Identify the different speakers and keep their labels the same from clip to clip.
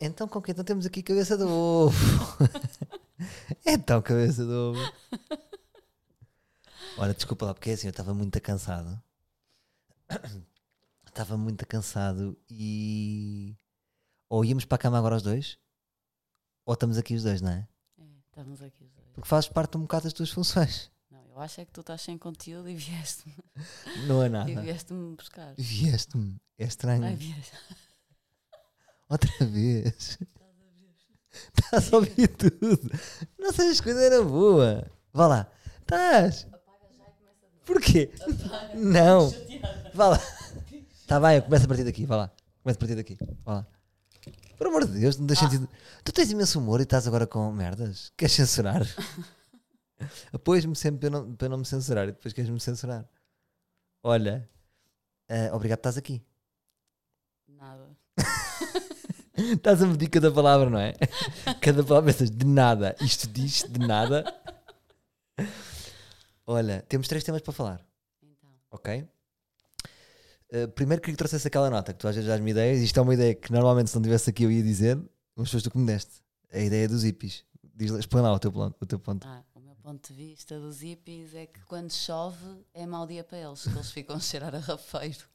Speaker 1: Então, com quem? Então temos aqui cabeça do ovo. então, cabeça do ovo. Ora, desculpa lá, porque é assim, eu estava muito cansado. Estava muito cansado e. Ou íamos para a cama agora os dois, ou estamos aqui os dois, não é?
Speaker 2: É, estamos aqui os dois.
Speaker 1: Porque fazes parte um bocado das tuas funções.
Speaker 2: Não, eu acho é que tu estás sem conteúdo e vieste-me
Speaker 1: Não é
Speaker 2: e
Speaker 1: nada.
Speaker 2: vieste-me buscar.
Speaker 1: Vieste-me. É estranho.
Speaker 2: Ai, vieste.
Speaker 1: Outra vez. Estás a ouvir tudo. Não sejas coisa era boa. Vá lá. Estás. Porquê? Não. Vá lá. Tá, Está bem, começa a partir daqui. Vá lá. Começa a partir daqui. Vá lá. Por amor de Deus, não tens sentido. Tu tens imenso humor e estás agora com merdas. Queres censurar? Apoias-me sempre para eu não, para eu não me censurar e depois queres-me censurar. Olha, eh, obrigado por estás aqui.
Speaker 2: Nada.
Speaker 1: Estás a medir cada palavra, não é? Cada palavra pensas de nada. Isto diz de nada. Olha, temos três temas para falar,
Speaker 2: Então,
Speaker 1: ok? Uh, primeiro queria que trouxesse aquela nota que tu às vezes dás-me ideias. Isto é uma ideia que normalmente se não tivesse aqui eu ia dizer, mas foste tu que me deste. A ideia dos hippies. Diz, lá- explana lá o teu, plano, o teu ponto.
Speaker 2: ah, o meu ponto de vista dos hippies é que quando chove é mau dia para eles, que eles ficam a cheirar a rafeiro.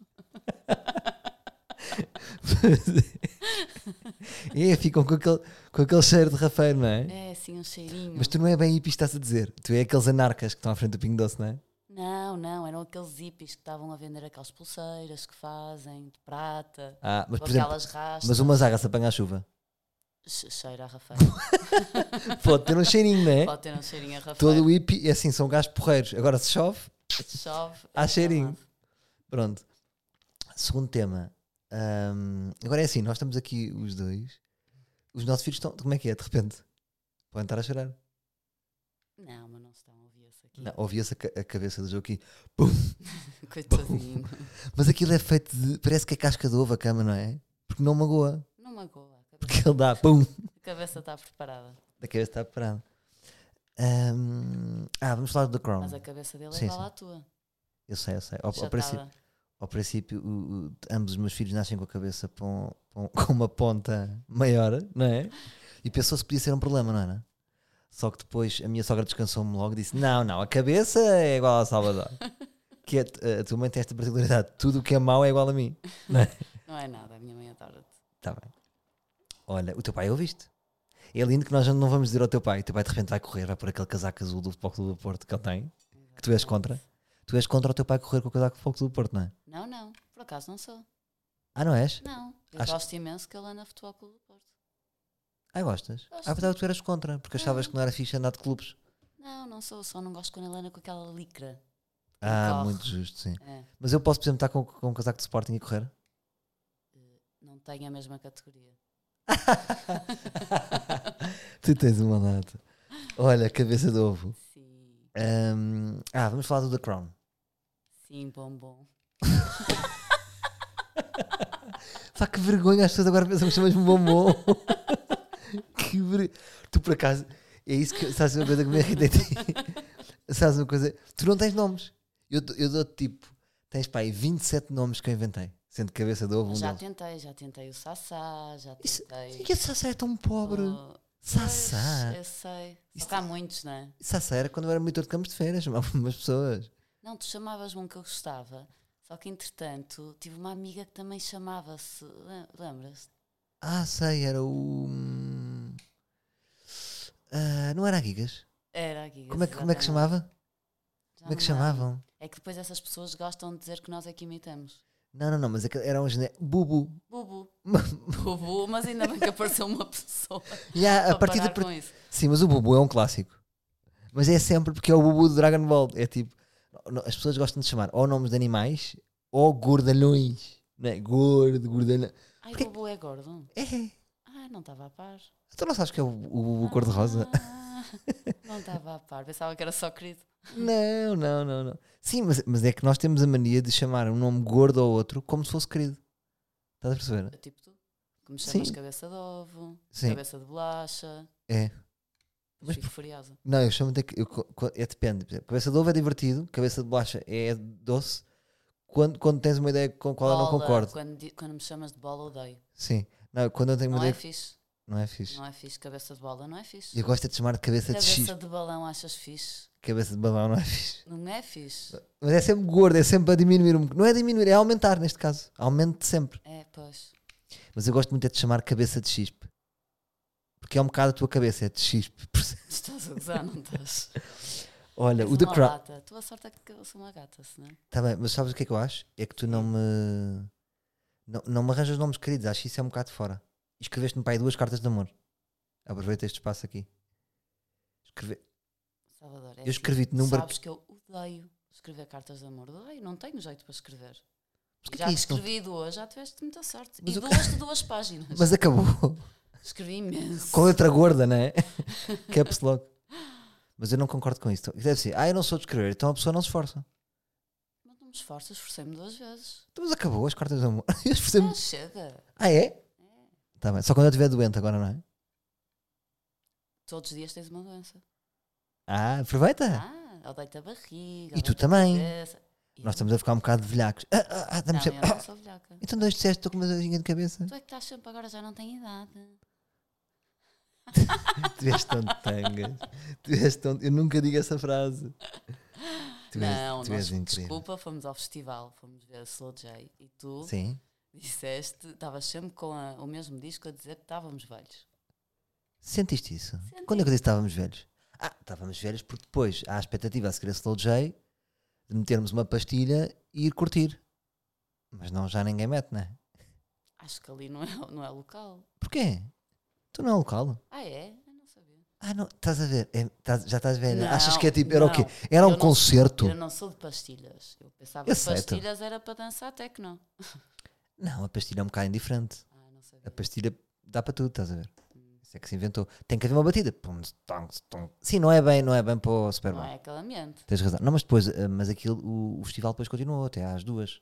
Speaker 1: e aí ficam com aquele, com aquele cheiro de rafeiro, não é?
Speaker 2: É assim um cheirinho.
Speaker 1: Mas tu não é bem hippie, estás a dizer. Tu é aqueles anarcas que estão à frente do Pingo Doce, não é?
Speaker 2: Não, não, eram aqueles hippies que estavam a vender aquelas pulseiras que fazem de prata,
Speaker 1: Ah, mas
Speaker 2: com
Speaker 1: por exemplo,
Speaker 2: aquelas rastas.
Speaker 1: mas um- uma zaga se apanha a chuva.
Speaker 2: Che- Cheira a rafeiro.
Speaker 1: Pode ter um cheirinho, não é?
Speaker 2: Pode ter um cheirinho a rafeiro.
Speaker 1: Todo o hippie, é assim, são gajos porreiros. Agora se chove,
Speaker 2: Se chove.
Speaker 1: Há
Speaker 2: é
Speaker 1: cheirinho.
Speaker 2: amado.
Speaker 1: pronto. Segundo tema. Ahm, agora é assim, nós estamos aqui os dois. Os nossos filhos estão. Como é que é? De repente? Podem estar a chorar.
Speaker 2: Não, mas não se estão a ouvir isso aqui.
Speaker 1: Não, Ouvia-se a, ca- a cabeça do Joaquim.
Speaker 2: Coitadinho.
Speaker 1: Mas aquilo é feito de. Parece que é casca de ovo a cama, não é? Porque não magoa.
Speaker 2: não magoa. a cabe-
Speaker 1: Porque ele dá. Pum!
Speaker 2: A cabeça está preparada.
Speaker 1: A cabeça está parada. Ahm, ah, vamos falar do The Crown.
Speaker 2: Mas a cabeça dele é
Speaker 1: Sim,
Speaker 2: igual
Speaker 1: sim.
Speaker 2: à tua.
Speaker 1: Eu sei, eu sei. Ao, ao princípio,
Speaker 2: Chatada.
Speaker 1: ao princípio o- o- ambos os meus filhos nascem com a cabeça para um- para um- com uma ponta maior, não é? E pensou-se que podia ser um problema, não era? Só que depois a minha sogra descansou-me logo e disse: Não, não, a cabeça é igual a Salvador. Que é, a tua mãe tem esta particularidade: tudo o que é mau é igual a mim.
Speaker 2: Não é nada, a minha mãe adora-te.
Speaker 1: Está bem. Olha, o teu pai ouviste. É lindo que nós já não vamos dizer ao teu pai: o teu pai de repente vai correr, vai pôr aquele casaco azul do Futebol Clube do Porto que ele tem, que tu és contra. Tu és contra o teu pai correr com o casaco do Futebol Clube do Porto, não é?
Speaker 2: Não, não. Por acaso não sou.
Speaker 1: Ah, não és?
Speaker 2: Não. Eu
Speaker 1: Acho-
Speaker 2: gosto imenso que ele anda a futebol clube do Porto.
Speaker 1: Ah, gostas?
Speaker 2: Gosto. Ah.
Speaker 1: Ah, pensava que tu eras contra, porque achavas que não era fixe andar de clubes.
Speaker 2: Não, não sou. Só não gosto quando ele anda com aquela licra.
Speaker 1: Ah,
Speaker 2: Corre.
Speaker 1: muito justo, sim.
Speaker 2: É.
Speaker 1: Mas eu posso, por exemplo, estar com, com um casaco de Sporting e correr?
Speaker 2: Não tem a mesma categoria.
Speaker 1: tu tens uma lata. Olha, cabeça de ovo.
Speaker 2: Sim.
Speaker 1: Ahm, ah, vamos falar do The Crown.
Speaker 2: Sim, bombom.
Speaker 1: Pá, que vergonha, as pessoas agora pensam que chamas-me bombom. que ver... Tu, por acaso, é isso que. Sabes uma coisa que me irrita em ti? Sabes uma coisa? Tu não tens nomes. Eu, dou- eu dou-te tipo. Tens, pá, aí 27 nomes que eu inventei. Sendo cabeça de ovo, um
Speaker 2: Já
Speaker 1: deles.
Speaker 2: tentei, já tentei o Sassá, já
Speaker 1: Isso-
Speaker 2: tentei.
Speaker 1: E que esse Sassá é tão pobre?
Speaker 2: o-
Speaker 1: Sassá.
Speaker 2: Pois, Eu sei.
Speaker 1: Isso-
Speaker 2: Só que há muitos, não é?
Speaker 1: Sassá era quando eu era monitor de campos de férias, chamava umas pessoas.
Speaker 2: Não, tu chamavas-me um que eu gostava. Só que, entretanto, tive uma amiga que também chamava-se. lem- Lembras-te?
Speaker 1: Ah, sei, era o. hum, Ah, não era a Gigas?
Speaker 2: Era a Gigas.
Speaker 1: Como é, que, como é que
Speaker 2: exatamente.
Speaker 1: chamava?
Speaker 2: Já
Speaker 1: Como é que
Speaker 2: não me lembro.
Speaker 1: chamavam?
Speaker 2: É que depois essas pessoas gostam de dizer que nós é que imitamos.
Speaker 1: Não, não, não, mas aquele era um gené... Bubu.
Speaker 2: Bubu. Bubu, mas ainda bem que apareceu uma pessoa.
Speaker 1: E há- a
Speaker 2: para
Speaker 1: partir
Speaker 2: parar
Speaker 1: de...
Speaker 2: com isso.
Speaker 1: Sim, mas o Bubu é um clássico. Mas é sempre porque é o Bubu do Dragon Ball. É tipo. no- As pessoas gostam de chamar ou nomes de animais ou gordalhões. Não é? Gordo, gordalhão.
Speaker 2: Ai,
Speaker 1: Porquê-
Speaker 2: Bubu é gordo.
Speaker 1: É.
Speaker 2: Ah, não estava a par.
Speaker 1: Tu não sabes que é o, o Bubu cor-de-rosa?
Speaker 2: Ah, não estava a par. Pensava que era só querido.
Speaker 1: Não, não, não, não. Sim, mas, mas é que nós temos a mania de chamar um nome gordo ou outro como se fosse querido. Estás a perceber?
Speaker 2: Tipo tu. Que me chamas
Speaker 1: Sim.
Speaker 2: cabeça de ovo,
Speaker 1: Sim.
Speaker 2: cabeça de bolacha.
Speaker 1: É.
Speaker 2: Mas
Speaker 1: Mas
Speaker 2: fico furiosa.
Speaker 1: Não, eu chamo até que. eu co- co- É depende. Por exemplo, Cabeça de ovo é divertido, cabeça de bolacha é doce, quando, quando tens uma ideia com a qual eu não
Speaker 2: Bola,
Speaker 1: concordo.
Speaker 2: Quando, di- quando me chamas de bola, odeio.
Speaker 1: Sim. Não, quando eu tenho uma
Speaker 2: Não é
Speaker 1: ideia.
Speaker 2: fixe.
Speaker 1: Não é fixe.
Speaker 2: Não é fixe. Cabeça de bola não é fixe.
Speaker 1: Eu gosto é de chamar de cabeça, de
Speaker 2: Cabeça
Speaker 1: X.
Speaker 2: de balão achas fixe?
Speaker 1: Cabeça de balão, não é fixe.
Speaker 2: Não é fixe.
Speaker 1: Mas é sempre gordo, é sempre a diminuir um bocadinho. Não é diminuir, é aumentar neste caso. Aumente sempre.
Speaker 2: É, pois.
Speaker 1: Mas eu gosto muito é de chamar cabeça de chispe. Porque é um bocado a tua cabeça, é de chispe.
Speaker 2: Estás a gozar, não estás?
Speaker 1: Olha,
Speaker 2: És
Speaker 1: o The
Speaker 2: uma
Speaker 1: Crown.
Speaker 2: gata. Tua sorte é que eu sou uma gata, se não
Speaker 1: Tá bem, mas sabes o que é que eu acho? É que tu não me. Não, não me arranjas nomes queridos, acho isso é um bocado fora. E Escreveste-me para aí duas cartas de amor. Aproveita este espaço aqui. Escreve-
Speaker 2: Salvador. É
Speaker 1: Eu escrevi-te
Speaker 2: assim.
Speaker 1: número.
Speaker 2: Sabes que eu odeio escrever cartas de amor. Odeio, não tenho jeito para escrever.
Speaker 1: Mas o que é
Speaker 2: já
Speaker 1: que é
Speaker 2: te
Speaker 1: isto? Não-
Speaker 2: escrevi duas, já tiveste muita sorte.
Speaker 1: Mas
Speaker 2: e
Speaker 1: o que-
Speaker 2: duas de duas páginas.
Speaker 1: Mas acabou.
Speaker 2: Escrevi imenso.
Speaker 1: Com a letra gorda, não é? Caps logo. Mas eu não concordo com isso. Deve ser, ah, eu não sou de escrever, então a pessoa não se esforça.
Speaker 2: Mas não me esforço, esforcei-me duas vezes.
Speaker 1: Então, Mas acabou as cartas de amor. Eu esforcei-me.
Speaker 2: Já chega.
Speaker 1: Ah, é? Tá bem, só quando eu estiver doente agora, não é?
Speaker 2: Todos os dias tens uma doença.
Speaker 1: Ah, aproveita.
Speaker 2: Ah, odeio-te a barriga.
Speaker 1: E tu
Speaker 2: odeio-te a
Speaker 1: também.
Speaker 2: cabeça. E
Speaker 1: Nós
Speaker 2: eu-
Speaker 1: estamos a ficar um bocado de velhacos. Ah, ah, ah,
Speaker 2: Não,
Speaker 1: estamos sempre-
Speaker 2: eu não sou velhaca.
Speaker 1: Então, dois disseste, estou com uma dorzinha de cabeça.
Speaker 2: Tu é que estás sempre agora, já não tenho idade.
Speaker 1: Tu és tão tangas. Tu és tão... Eu nunca digo essa frase. Tu és,
Speaker 2: não,
Speaker 1: tu
Speaker 2: nós-
Speaker 1: és incrível.
Speaker 2: desculpa, fomos ao festival, fomos ver a Slow J e tu
Speaker 1: Sim,
Speaker 2: disseste, estavas sempre com a- o mesmo disco a dizer que estávamos velhos.
Speaker 1: sentiste isso?
Speaker 2: Senti.
Speaker 1: Quando é que eu disse que estávamos velhos? Ah, estávamos velhos porque depois há a expectativa a seguir a Slow J de metermos uma pastilha e ir curtir. Mas não, já ninguém mete, não é?
Speaker 2: Acho que ali não é, não é local.
Speaker 1: Porquê? Tu não é local?
Speaker 2: Ah, é? Eu não sabia.
Speaker 1: Ah, não, estás a ver? É, estás- já estás velha.
Speaker 2: Não,
Speaker 1: Achas que é tipo, era o quê?
Speaker 2: não.
Speaker 1: Era
Speaker 2: Eu
Speaker 1: um
Speaker 2: não-
Speaker 1: concerto?
Speaker 2: Eu não sou de pastilhas. Eu pensava
Speaker 1: Eu
Speaker 2: que
Speaker 1: sei, tu.
Speaker 2: pastilhas era para dançar tecno.
Speaker 1: Não, a pastilha é um bocado indiferente.
Speaker 2: Ah, não sabia.
Speaker 1: A pastilha dá para tudo, estás a ver? Isso é que se inventou. Tem que haver uma batida. Pum, tong, tong. Sim, não é bem, não é bem para o Super
Speaker 2: não
Speaker 1: Bowl.
Speaker 2: é aquele ambiente.
Speaker 1: Tens razão. Não, mas depois, eh, mas aquilo, o, o festival depois continuou até às duas.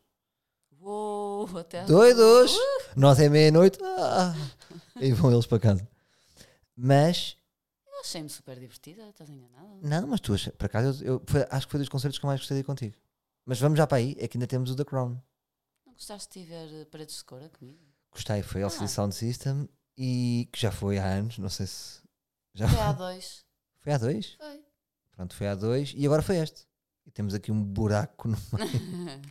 Speaker 2: Uou, até às
Speaker 1: Doidos!
Speaker 2: duas.
Speaker 1: Nós é meia-noite. Ah! e vão eles para casa. Mas,
Speaker 2: Eu achei-me super divertida, estás enganada?
Speaker 1: não, mas tu, achas- por acaso, eu, eu- foi- acho que foi dos concertos que eu mais gostei de ir contigo. Mas vamos já para aí, é que ainda temos o The Crown.
Speaker 2: Não gostaste de ver eh, paredes de cora comigo?
Speaker 1: Gostei, foi LCD
Speaker 2: Ah.
Speaker 1: Sound System e que já foi há anos, não sei se. Já
Speaker 2: Foi há dois.
Speaker 1: foi há dois?
Speaker 2: Foi.
Speaker 1: Pronto, foi a dois e agora foi este. E temos aqui um buraco no meio.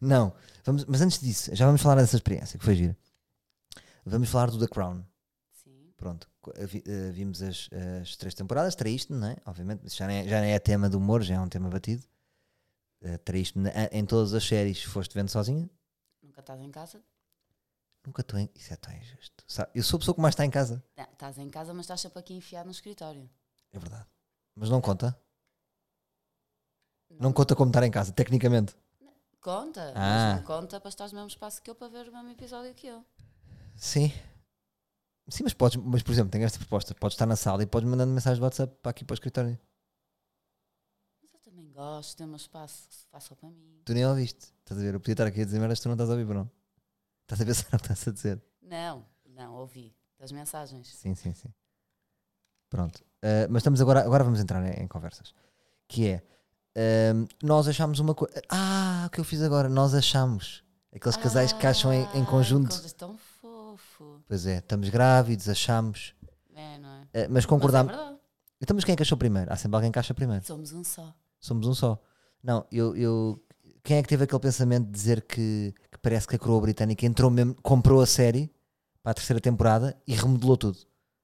Speaker 1: Não, vamos, mas antes disso, já vamos falar dessa experiência que foi gira. Vamos falar do The Crown.
Speaker 2: Sim.
Speaker 1: Pronto, co- eh, vi- eh, vimos as, as três temporadas, traíste-me, não é? Obviamente, isso já não é, já não é tema do humor, já é um tema batido. Eh, traíste-me na- em todas as séries, foste vendo sozinha.
Speaker 2: Nunca estás em casa?
Speaker 1: Nunca estou em. Isso é tão injusto. Sabe, eu sou a pessoa que mais está em casa.
Speaker 2: Não, estás em casa, mas estás sempre aqui enfiado no escritório.
Speaker 1: É verdade. Mas não conta. Não conta como estar em casa, tecnicamente.
Speaker 2: Conta,
Speaker 1: Ah.
Speaker 2: mas não conta para estar no mesmo espaço que eu para ver o mesmo episódio que eu.
Speaker 1: Sim. Sim, mas podes, mas por exemplo, tenho esta proposta, podes estar na sala e podes mandando mensagem de WhatsApp para aqui para o escritório.
Speaker 2: Mas eu também gosto de ter o meu espaço, se faço só para mim.
Speaker 1: Tu nem ouviste. Estás a ver? Eu podia estar aqui a dizer merdas, tu não estás a ouvir, não. Estás a pensar no que estás a dizer.
Speaker 2: Não, não, ouvi. Das mensagens.
Speaker 1: Sim, sim, sim. Pronto. Ah, mas estamos agora, agora vamos entrar em, em conversas. Que é, ahm, nós achámos uma coisa. Ah, o que eu fiz agora? Nós achamos. Aqueles casais que acham em, em
Speaker 2: Ai,
Speaker 1: Ah, conjunto.
Speaker 2: coisas tão fofo.
Speaker 1: Pois é, estamos grávidos, achamos.
Speaker 2: É, não é?
Speaker 1: Ah, mas
Speaker 2: Concordámos.
Speaker 1: concordámos. Então, mas quem é que achou primeiro? Há sempre alguém que acha primeiro.
Speaker 2: Somos um só.
Speaker 1: Somos um só. Não, eu, eu. Quem é que teve aquele pensamento de dizer que, que parece que a coroa britânica entrou mesmo, comprou a série para a terceira temporada e remodelou tudo?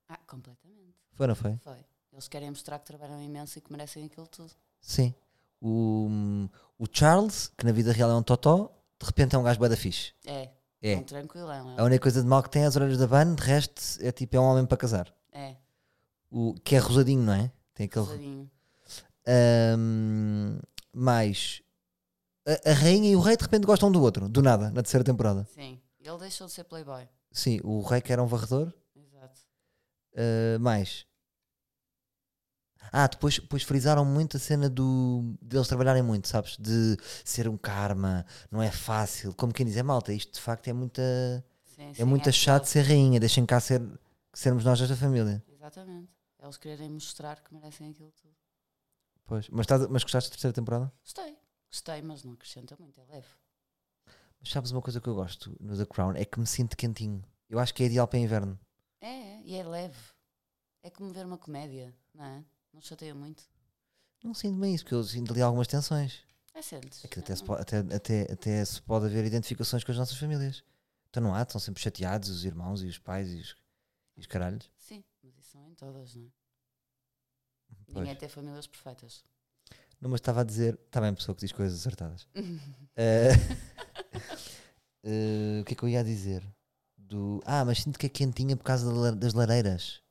Speaker 2: Ah, completamente.
Speaker 1: Foi, ou não foi?
Speaker 2: Foi. Eles querem mostrar que trabalham imenso e que merecem aquilo tudo.
Speaker 1: Sim. O, o Charles, que na vida real é um totó, de repente é um gajo bué da fixe.
Speaker 2: É.
Speaker 1: É.
Speaker 2: Um tranquilão.
Speaker 1: A única coisa de mal que tem é as orelhas da van, de resto é tipo é um homem para casar.
Speaker 2: É. é.
Speaker 1: O, que é rosadinho, não é? Tem aquele.
Speaker 2: Pesadinho.
Speaker 1: Ahm, mas a, a rainha e o rei de repente gostam um do outro, do nada, na terceira temporada.
Speaker 2: Sim. Ele deixou de ser playboy.
Speaker 1: Sim, o rei que era um varredor
Speaker 2: Exato.
Speaker 1: Uh, mais. Ah, depois, depois frisaram muito a cena do, de eles trabalharem muito, sabes? De ser um karma, não é fácil. Como quem diz, é malta, isto de facto é muito,
Speaker 2: Sim,
Speaker 1: é
Speaker 2: sim,
Speaker 1: muito chato
Speaker 2: verdade.
Speaker 1: ser rainha. Deixem cá ser, sermos nós esta família.
Speaker 2: Exatamente. Eles quererem mostrar que merecem aquilo tudo.
Speaker 1: Pois. Mas, estás- mas gostaste da terceira temporada?
Speaker 2: Gostei. Gostei, mas não acrescenta muito, é leve.
Speaker 1: Mas sabes uma coisa que eu gosto no The Crown? É que me sinto quentinho. Eu acho que é ideal para inverno.
Speaker 2: É, é, e é leve. É como ver uma comédia, não é? Não chateia muito.
Speaker 1: Não sinto bem isso, porque eu sinto ali algumas tensões.
Speaker 2: É sentes.
Speaker 1: Aquilo até, se po- até, até, até se pode haver identificações com as nossas famílias. Então não há, estão sempre chateados os irmãos e os pais e os, e os caralhos.
Speaker 2: Sim, mas isso são em todas, não é?
Speaker 1: Pois.
Speaker 2: Ninguém tem famílias perfeitas.
Speaker 1: Não, mas estava a dizer. Está bem, pessoa que diz coisas acertadas. Eh, eh, o que é que eu ia dizer? Do, ah, mas sinto que é quentinha por causa da la- das lareiras.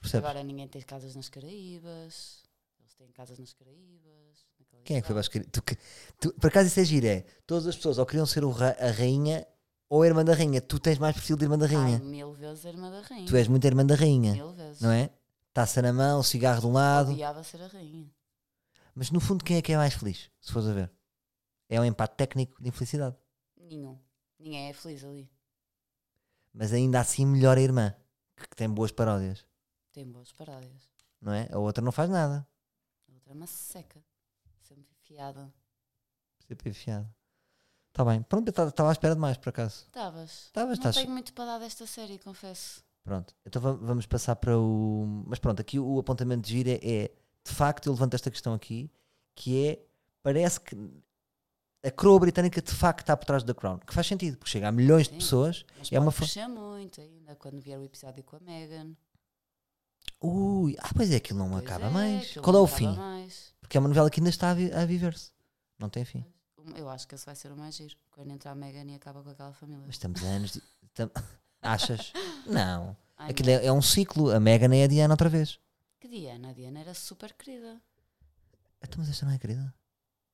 Speaker 1: Percebes?
Speaker 2: Agora ninguém tem casas nas Caraíbas. Eles têm casas nas Caraíbas. naquela
Speaker 1: Quem é que foi
Speaker 2: ilha.
Speaker 1: para as Caraíbas? Tu que- tu- Por acaso isso é giro, é? Todas as pessoas ou queriam ser o ra- a rainha ou a irmã da rainha. Tu tens mais perfil de irmã da rainha.
Speaker 2: Ai, mil vezes a irmã da rainha.
Speaker 1: Tu és muito a irmã da rainha,
Speaker 2: Mil vezes.
Speaker 1: não é? Taça na mão, cigarro de um lado.
Speaker 2: Odiava ser a rainha.
Speaker 1: Mas no fundo, quem é que é mais feliz? Se fores a ver, é um empate técnico de infelicidade.
Speaker 2: Nenhum. Ninguém é feliz ali.
Speaker 1: Mas ainda assim, melhor a irmã, que que tem boas paródias,
Speaker 2: Tem boas paródias.
Speaker 1: não é? A outra não faz nada.
Speaker 2: A outra é uma seca. Sempre fiada.
Speaker 1: Sempre enfiado. Está bem. Pronto, eu estava à espera de mais, por acaso.
Speaker 2: Estavas.
Speaker 1: Estavas,
Speaker 2: Não
Speaker 1: estás.
Speaker 2: tenho muito para dar desta série, confesso.
Speaker 1: Pronto. Então va- vamos passar para o. Mas pronto, aqui o apontamento de gira é. De facto, eu levanto esta questão aqui, que é. Parece que. A coroa britânica de facto está por trás da Crown. Que faz sentido, porque chega a milhões de
Speaker 2: Sim.
Speaker 1: pessoas
Speaker 2: Mas
Speaker 1: É uma
Speaker 2: pode
Speaker 1: fa-
Speaker 2: crescer muito ainda quando vier o episódio com a Megan.
Speaker 1: Ui, ah, pois é, aquilo não acaba mais.
Speaker 2: aquilo
Speaker 1: Qual é
Speaker 2: não
Speaker 1: o
Speaker 2: acaba
Speaker 1: fim?
Speaker 2: mais.
Speaker 1: Porque é uma novela que ainda está a, vi- a viver-se. Não tem fim.
Speaker 2: Um- Eu acho que esse vai ser o mais giro. Quando entrar a Megan e acaba com aquela família.
Speaker 1: Mas estamos a anos. De, tam- Achas? Não.
Speaker 2: Ai,
Speaker 1: Aquilo
Speaker 2: não.
Speaker 1: é, é um ciclo. A Megan é a Diana outra vez.
Speaker 2: Que Diana? A Diana era super querida.
Speaker 1: Então, mas esta não é querida?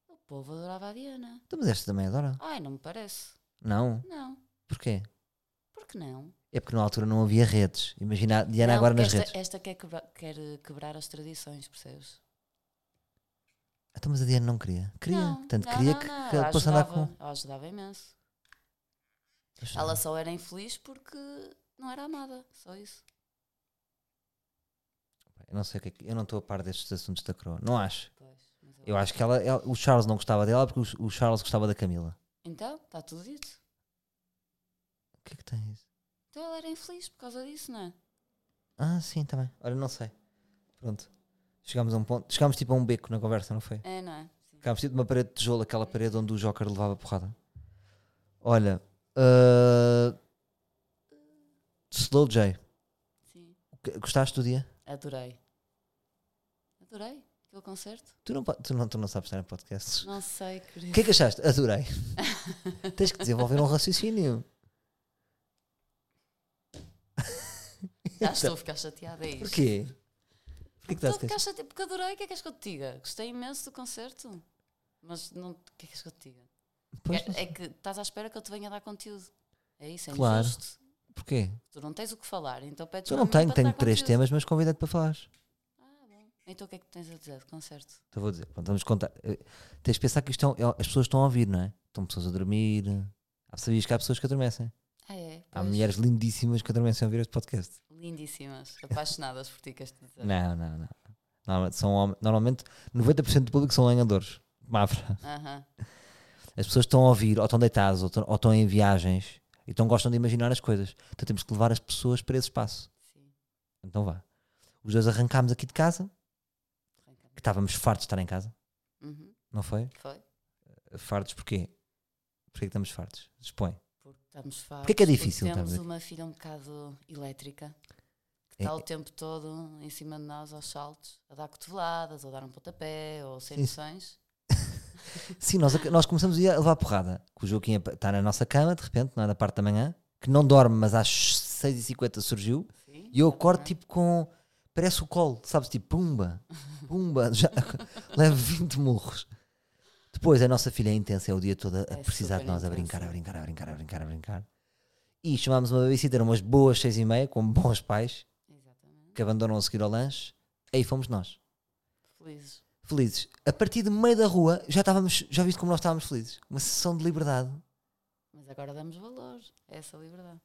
Speaker 2: O povo adorava a Diana.
Speaker 1: Então, mas esta também adora?
Speaker 2: Ai, não me parece.
Speaker 1: Não.
Speaker 2: Não.
Speaker 1: Porquê?
Speaker 2: Por que não?
Speaker 1: É porque na altura não havia redes. Imagina a Diana
Speaker 2: Não,
Speaker 1: agora
Speaker 2: porque
Speaker 1: nas
Speaker 2: esta,
Speaker 1: redes.
Speaker 2: Esta quer, quebra- quer eh, quebrar as tradições, percebes?
Speaker 1: Então, mas a Diana não queria. Queria.
Speaker 2: Não,
Speaker 1: Portanto,
Speaker 2: não,
Speaker 1: queria
Speaker 2: não,
Speaker 1: que,
Speaker 2: não,
Speaker 1: que
Speaker 2: ela
Speaker 1: depois andar
Speaker 2: ajudava,
Speaker 1: com.
Speaker 2: Ela ajudava imenso. Ela só era infeliz porque não era amada. Só isso.
Speaker 1: Eu não sei o que é que. Eu não estou a par destes assuntos da coroa. Não acho.
Speaker 2: Pois, mas
Speaker 1: Eu acho que ela, ela- o Charles não gostava dela porque o- o Charles gostava da Camila.
Speaker 2: Então, está tudo dito.
Speaker 1: O que é que tem isso?
Speaker 2: Então ela era infeliz por causa disso, não é?
Speaker 1: Ah, sim, está bem. Olha, não sei. Pronto. Chegámos a um ponto. Chegámos tipo a um beco na conversa, não foi?
Speaker 2: É, não é? Sim.
Speaker 1: Chegámos tipo de uma parede de tijolo, aquela parede onde o Joker levava porrada. Olha. ah, Slow J.
Speaker 2: Sim.
Speaker 1: O que- Gostaste do dia?
Speaker 2: Adorei. Adorei aquele concerto.
Speaker 1: Tu não, po- tu não, tu não sabes estar em podcasts.
Speaker 2: Não sei,
Speaker 1: O
Speaker 2: querido.
Speaker 1: que é que achaste? Adorei. Tens que desenvolver um raciocínio.
Speaker 2: Já estou a ficar chateada. É isto.
Speaker 1: Porquê? Porquê que
Speaker 2: Estou
Speaker 1: estás
Speaker 2: a
Speaker 1: a queixar?
Speaker 2: ficar chateada porque adorei. O que é que és que eu te diga? Gostei imenso do concerto. Mas não... o que é que és que eu te diga?
Speaker 1: Pois,
Speaker 2: é, é que estás à espera que eu te venha dar conteúdo. É isso, é
Speaker 1: Claro.
Speaker 2: injusto.
Speaker 1: Porquê?
Speaker 2: Tu não tens o que falar, então pedes
Speaker 1: Tu
Speaker 2: para
Speaker 1: não
Speaker 2: mim
Speaker 1: tenho,
Speaker 2: para te dar
Speaker 1: tenho três
Speaker 2: conteúdo.
Speaker 1: temas, mas convidei-te para falares.
Speaker 2: Ah, bom. Então o que é que tens a dizer de concerto?
Speaker 1: Então vou dizer, pronto, vamos contar. Eh, Tens de pensar que isto é um- é- as pessoas estão a ouvir, não é? Estão pessoas a dormir. Há- Sabias que há pessoas que adormecem.
Speaker 2: Ah, é?
Speaker 1: Há
Speaker 2: Pois.
Speaker 1: mulheres lindíssimas que adormecem a ouvir este podcast.
Speaker 2: Lindíssimas, apaixonadas por ti, queres te dizer.
Speaker 1: Não, não, não. Normalmente, são, hom- normalmente 90% do público são lenhadores. Mafra.
Speaker 2: Aham.
Speaker 1: As pessoas estão a ouvir, ou estão deitadas, ou estão, ou estão em viagens, então gostam de imaginar as coisas. Então temos que levar as pessoas para esse espaço.
Speaker 2: Sim.
Speaker 1: Então vá. Os dois arrancámos aqui de casa,
Speaker 2: arranca.
Speaker 1: que estávamos fartos de estar em casa,
Speaker 2: Uhum.
Speaker 1: não foi?
Speaker 2: Foi?
Speaker 1: Fartos porquê? Porquê é que estamos fartos? Expõe.
Speaker 2: Porque estamos fartos.
Speaker 1: Porquê que é difícil,
Speaker 2: porque
Speaker 1: estamos
Speaker 2: Temos
Speaker 1: aqui?
Speaker 2: uma filha um bocado elétrica que
Speaker 1: É-
Speaker 2: está o tempo todo em cima de nós aos saltos, a dar cotoveladas, ou dar um pontapé, ou sem
Speaker 1: Sim.
Speaker 2: noções.
Speaker 1: Sim, nós, ac- nós começamos a levar porrada. Que o Joaquim está na nossa cama, de repente, não é? Na parte da manhã, que não dorme, mas às 6h50 surgiu.
Speaker 2: Sim,
Speaker 1: E eu
Speaker 2: exatamente.
Speaker 1: acordo tipo com. Parece o colo, sabes? Tipo, pumba, pumba, já levo 20 murros. Depois a nossa filha é intensa, é o dia todo a, a
Speaker 2: É
Speaker 1: precisar de
Speaker 2: super
Speaker 1: nós, a
Speaker 2: intensa.
Speaker 1: brincar, a brincar, a brincar, a brincar, a brincar. E chamámos uma babysitter, umas boas 6h30, com bons pais,
Speaker 2: Exatamente.
Speaker 1: que abandonam a seguir ao lanche. Aí fomos nós,
Speaker 2: Felizes.
Speaker 1: felizes. A partir do meio da rua, já estávamos, já viste como nós estávamos felizes? Uma sessão de liberdade.
Speaker 2: Mas agora damos valor a essa liberdade.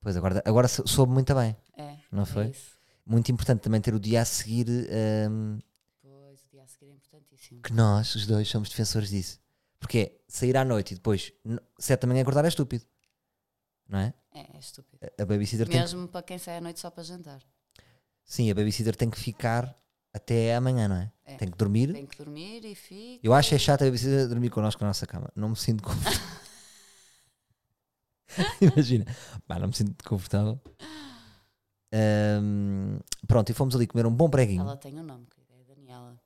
Speaker 1: Pois agora, agora sou- soube muito bem,
Speaker 2: É.
Speaker 1: não
Speaker 2: é
Speaker 1: foi?
Speaker 2: isso.
Speaker 1: Muito importante também ter o dia a seguir hum,
Speaker 2: Pois, o dia a seguir é importantíssimo.
Speaker 1: que nós, os dois, somos defensores disso. Porque é sair à noite e depois n- sete da manhã acordar é estúpido. Não é?
Speaker 2: É, é estúpido.
Speaker 1: A- A babysitter tem que,
Speaker 2: Mesmo para quem sai à noite só para jantar.
Speaker 1: sim, a babysitter tem que ficar até amanhã, não é?
Speaker 2: É.
Speaker 1: Tem que dormir.
Speaker 2: Tem que dormir e fica.
Speaker 1: Eu acho que é chato a babysitter dormir connosco na nossa cama. Não me sinto confortável. Imagina. Pá, não me sinto confortável. Ahm, pronto, e fomos ali comer um bom preguinho.
Speaker 2: Ela tem um nome, querida, é Daniela.